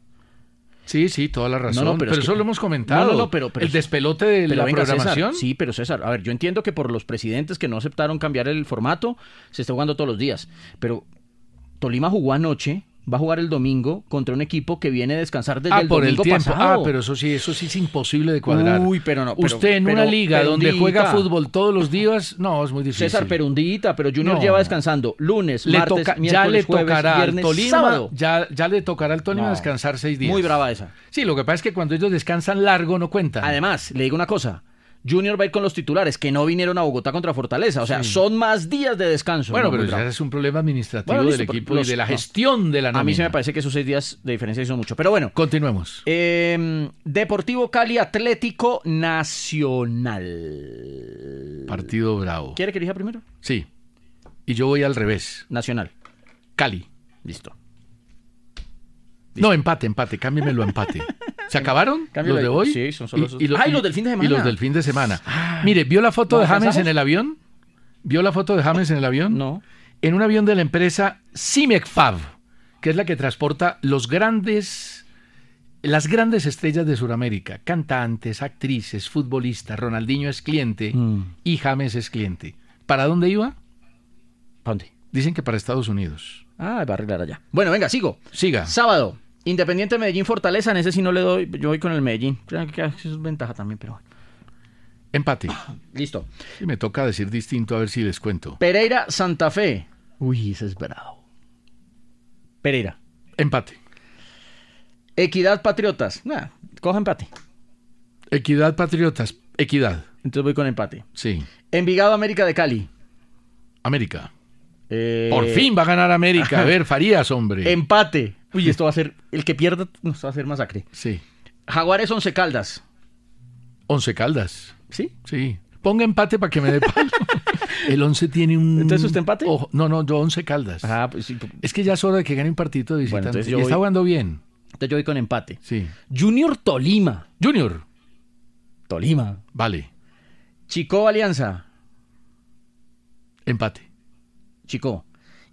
Speaker 2: Sí, sí, toda la razón.
Speaker 3: no, pero
Speaker 2: pero
Speaker 3: es que-
Speaker 2: eso lo hemos comentado.
Speaker 3: No, no, no, pero- pero-
Speaker 2: el despelote de
Speaker 3: Pero
Speaker 2: la
Speaker 3: venga, César,
Speaker 2: programación.
Speaker 3: sí, pero César, a ver, yo entiendo que por los presidentes que no aceptaron cambiar el formato, se está jugando todos los días. Pero Tolima jugó anoche, va a jugar el domingo contra un equipo que viene a descansar desde
Speaker 2: Ah,
Speaker 3: el
Speaker 2: por el
Speaker 3: domingo
Speaker 2: tiempo.
Speaker 3: pasado.
Speaker 2: Ah, pero eso sí, eso sí es imposible de cuadrar.
Speaker 3: Uy, pero no, pero-
Speaker 2: Usted en una
Speaker 3: pero-
Speaker 2: liga
Speaker 3: pero
Speaker 2: donde
Speaker 3: un
Speaker 2: juega
Speaker 3: día.
Speaker 2: fútbol todos los días, no, es muy difícil.
Speaker 3: César, pero un día, pero Junior
Speaker 2: No.
Speaker 3: lleva descansando lunes,
Speaker 2: le
Speaker 3: martes,
Speaker 2: toca, ya
Speaker 3: miércoles,
Speaker 2: le
Speaker 3: jueves,
Speaker 2: tocará
Speaker 3: viernes,
Speaker 2: al Tolima,
Speaker 3: sábado.
Speaker 2: ya, ya le tocará al Tolima
Speaker 3: No.
Speaker 2: descansar seis días.
Speaker 3: Muy brava esa.
Speaker 2: Sí, lo que pasa es que cuando ellos descansan largo no cuentan.
Speaker 3: Además, le digo una cosa. Junior va a ir con los titulares que no vinieron a Bogotá contra Fortaleza. O sea, son más días de descanso.
Speaker 2: bueno,
Speaker 3: No,
Speaker 2: pero
Speaker 3: muy bravo.
Speaker 2: ya es un problema administrativo
Speaker 3: Bueno, listo,
Speaker 2: del
Speaker 3: pero
Speaker 2: equipo
Speaker 3: los-
Speaker 2: y de la
Speaker 3: no.
Speaker 2: gestión de la nómina.
Speaker 3: A mí se me parece que esos seis días de diferencia hizo mucho. Pero bueno,
Speaker 2: Continuemos.
Speaker 3: eh, Deportivo Cali Atlético Nacional.
Speaker 2: Partido bravo.
Speaker 3: ¿Quiere que elija primero?
Speaker 2: Sí. Y yo voy al revés.
Speaker 3: Nacional.
Speaker 2: Cali.
Speaker 3: Listo.
Speaker 2: No, empate, empate, cámbiamelo a empate. ¿Se acabaron?
Speaker 3: Cámbialo
Speaker 2: ¿Los de
Speaker 3: ahí.
Speaker 2: hoy?
Speaker 3: Sí, son solo esos.
Speaker 2: lo-
Speaker 3: Ah, y los del fin de semana.
Speaker 2: Y
Speaker 3: Ah.
Speaker 2: los del fin de semana. Mire, ¿vio la foto
Speaker 3: ¿No
Speaker 2: de James
Speaker 3: alcanzamos?
Speaker 2: en el avión? ¿Vio la foto de James en el avión?
Speaker 3: No.
Speaker 2: En un avión de la empresa Cimecfab, que es la que transporta los grandes, las grandes estrellas de Sudamérica. Cantantes, actrices, futbolistas. Ronaldinho es cliente
Speaker 3: Mm.
Speaker 2: y James es cliente. ¿Para dónde iba?
Speaker 3: ¿Para dónde?
Speaker 2: Dicen que para Estados Unidos.
Speaker 3: Ah, va a arreglar allá. Bueno, venga, sigo.
Speaker 2: Siga.
Speaker 3: Sábado, Independiente Medellín Fortaleza. En ese sí no le doy. Yo voy con el Medellín. Creo que eso es ventaja también, pero bueno.
Speaker 2: Empate.
Speaker 3: Listo.
Speaker 2: Y me toca decir distinto a ver si les cuento.
Speaker 3: Pereira Santa Fe. Uy, ese es bravo. Pereira.
Speaker 2: Empate.
Speaker 3: Equidad Patriotas. Nah, coja empate.
Speaker 2: Equidad Patriotas, Equidad,
Speaker 3: Entonces voy con empate.
Speaker 2: sí.
Speaker 3: Envigado América de Cali.
Speaker 2: América.
Speaker 3: Eh, Em-
Speaker 2: Por fin va a ganar América. A ver, Farías, hombre.
Speaker 3: Empate. Uy, esto va a ser. El que pierda nos va a hacer masacre.
Speaker 2: Sí.
Speaker 3: Jaguares Once Caldas.
Speaker 2: Once Caldas.
Speaker 3: ¿Sí?
Speaker 2: Sí. Ponga empate para que me dé palo. El once tiene un.
Speaker 3: ¿Entonces usted empate?
Speaker 2: Ojo, No, no, yo once Caldas.
Speaker 3: Ah, pues sí. Entonces
Speaker 2: Es que ya es hora de que gane un partido de
Speaker 3: Bueno,
Speaker 2: visitante.
Speaker 3: entonces
Speaker 2: y
Speaker 3: yo
Speaker 2: está
Speaker 3: voy-
Speaker 2: jugando bien.
Speaker 3: yo voy con empate.
Speaker 2: Sí.
Speaker 3: Junior Tolima.
Speaker 2: Junior.
Speaker 3: Tolima.
Speaker 2: Vale.
Speaker 3: Chico Alianza.
Speaker 2: Empate.
Speaker 3: Chico.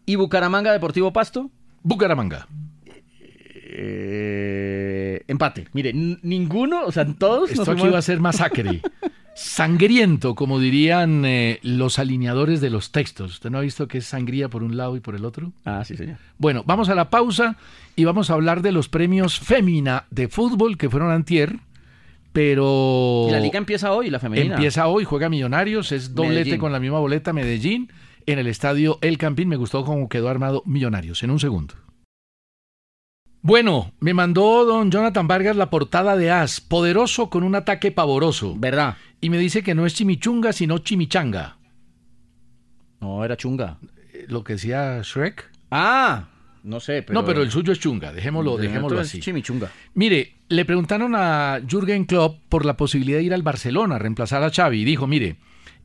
Speaker 3: Y Bucaramanga Deportivo Pasto.
Speaker 2: Bucaramanga.
Speaker 3: Eh, empate. Mire, n- ninguno, o sea, todos. nos
Speaker 2: Esto aquí
Speaker 3: fuimos-
Speaker 2: va a ser masacre. Sangriento, como dirían eh, los alineadores de los textos. ¿Usted no ha visto que es sangría por un lado y por el otro?
Speaker 3: Ah, sí, señor.
Speaker 2: Bueno, vamos a la pausa y vamos a hablar de los premios Fémina de fútbol que fueron antier, pero...
Speaker 3: Y la liga empieza hoy, la femenina.
Speaker 2: Oh, Empieza hoy, juega Millonarios, es doblete
Speaker 3: Medellín.
Speaker 2: con la misma boleta Medellín en el estadio El Campín. Me gustó cómo quedó armado Millonarios en un segundo. Bueno, me mandó don Jonathan Vargas la portada de As, poderoso con un ataque pavoroso.
Speaker 3: ¿Verdad?
Speaker 2: Y me dice que no es chimichunga, sino chimichanga.
Speaker 3: No, era chunga.
Speaker 2: Eh, Lo que decía Shrek.
Speaker 3: Ah, no sé, pero... eh.
Speaker 2: no, pero el suyo es chunga, dejémoslo,
Speaker 3: De
Speaker 2: dejémoslo
Speaker 3: nosotros es
Speaker 2: así.
Speaker 3: Chimichunga.
Speaker 2: Mire, le preguntaron a Jürgen Klopp por la posibilidad de ir al Barcelona a reemplazar a Xavi y dijo, mire,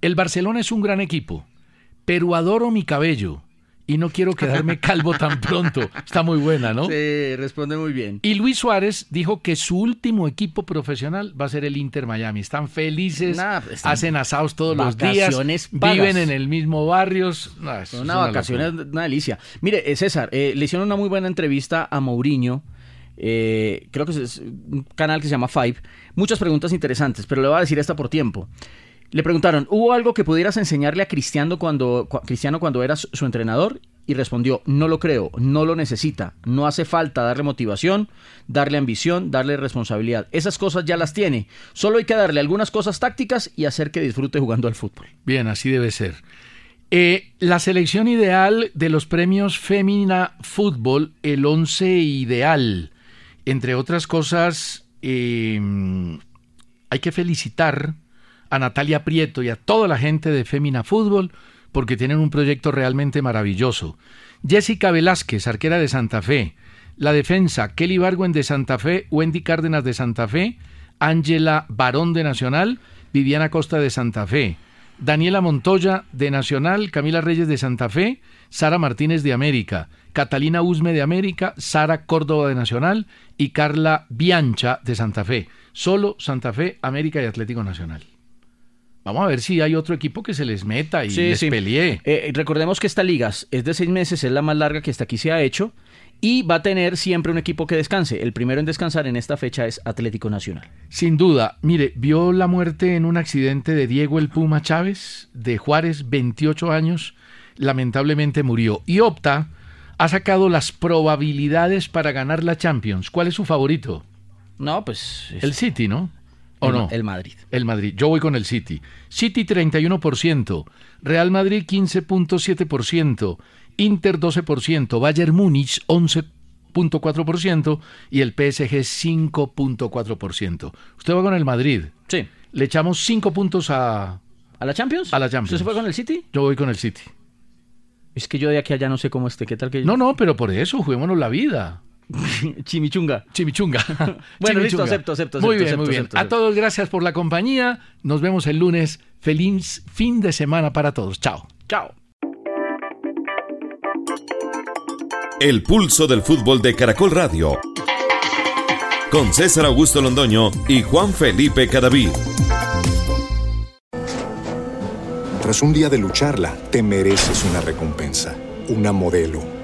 Speaker 2: el Barcelona es un gran equipo, pero adoro mi cabello y no quiero quedarme calvo tan pronto. Está muy buena, ¿no?
Speaker 3: Sí, responde muy bien.
Speaker 2: Y Luis Suárez dijo que su último equipo profesional va a ser el Inter Miami. Están felices,
Speaker 3: Nah, pues, están-
Speaker 2: hacen asados todos los días,
Speaker 3: Vacaciones pagas.
Speaker 2: viven en el mismo barrio. Nah, es- es
Speaker 3: Una vacación
Speaker 2: locura.
Speaker 3: es una delicia. Mire, eh, César, eh, le hicieron una muy buena entrevista a Mourinho. eh, creo que es- es un canal que se llama Five. Muchas preguntas interesantes, pero le voy a decir esta por tiempo. Le preguntaron, ¿hubo algo que pudieras enseñarle a Cristiano cuando, cua- Cristiano cuando era su- su entrenador? Y respondió, no lo creo, no lo necesita, no hace falta darle motivación, darle ambición, darle responsabilidad. Esas cosas ya las tiene. Solo hay que darle algunas cosas tácticas y hacer que disfrute jugando al fútbol.
Speaker 2: Bien, así debe ser. Eh, la selección ideal de los premios Femina Fútbol, el 11 ideal. Entre otras cosas, eh, hay que felicitar a Natalia Prieto y a toda la gente de Femina Fútbol porque tienen un proyecto realmente maravilloso. Jessica Velázquez, arquera de Santa Fe. La defensa, Kelly Barguen de Santa Fe, Wendy Cárdenas de Santa Fe, Ángela Barón de Nacional, Viviana Costa de Santa Fe, Daniela Montoya de Nacional, Camila Reyes de Santa Fe, Sara Martínez de América, Catalina Usme de América, Sara Córdoba de Nacional y Carla Biancha de Santa Fe. Solo Santa Fe, América y Atlético Nacional. Vamos a ver si hay otro equipo que se les meta y
Speaker 3: Sí,
Speaker 2: les
Speaker 3: sí.
Speaker 2: pelee.
Speaker 3: Eh, recordemos que esta liga es de seis meses, es la más larga que hasta aquí se ha hecho. Y va a tener siempre un equipo que descanse. El primero en descansar en esta fecha es Atlético Nacional.
Speaker 2: Sin duda, mire, vio la muerte en un accidente de Diego el Puma Chávez, de Juárez, 28 años, lamentablemente murió. Y Opta ha sacado las probabilidades para ganar la Champions. ¿Cuál es su favorito?
Speaker 3: No, pues. es-
Speaker 2: El City, ¿no? ¿O
Speaker 3: el,
Speaker 2: no?
Speaker 3: el Madrid.
Speaker 2: El Madrid. Yo voy con el City. City 31%, Real Madrid 15.7%, Inter 12%, Bayern Múnich 11.4% y el PSG 5.4%. Usted va con el Madrid.
Speaker 3: Sí.
Speaker 2: Le echamos 5 puntos a...
Speaker 3: ¿A la Champions?
Speaker 2: A la Champions.
Speaker 3: ¿Usted se fue con el City?
Speaker 2: Yo voy con el City.
Speaker 3: Es que yo de aquí a allá no sé cómo esté. ¿Qué tal que yo-
Speaker 2: No, no, pero por eso, juguémonos la vida.
Speaker 3: Chimichunga.
Speaker 2: Chimichunga.
Speaker 3: Bueno, listo,
Speaker 2: Chimichunga.
Speaker 3: acepto, acepto,
Speaker 2: Muy
Speaker 3: acepto,
Speaker 2: bien,
Speaker 3: acepto,
Speaker 2: muy bien.
Speaker 3: acepto,
Speaker 2: a
Speaker 3: acepto.
Speaker 2: todos, gracias por la compañía. Nos vemos el lunes. Feliz fin de semana para todos. Chao.
Speaker 3: Chao.
Speaker 1: El pulso del fútbol de Caracol Radio. Con César Augusto Londoño y Juan Felipe Cadavid.
Speaker 4: Tras un día de lucharla, te mereces una recompensa, una modelo,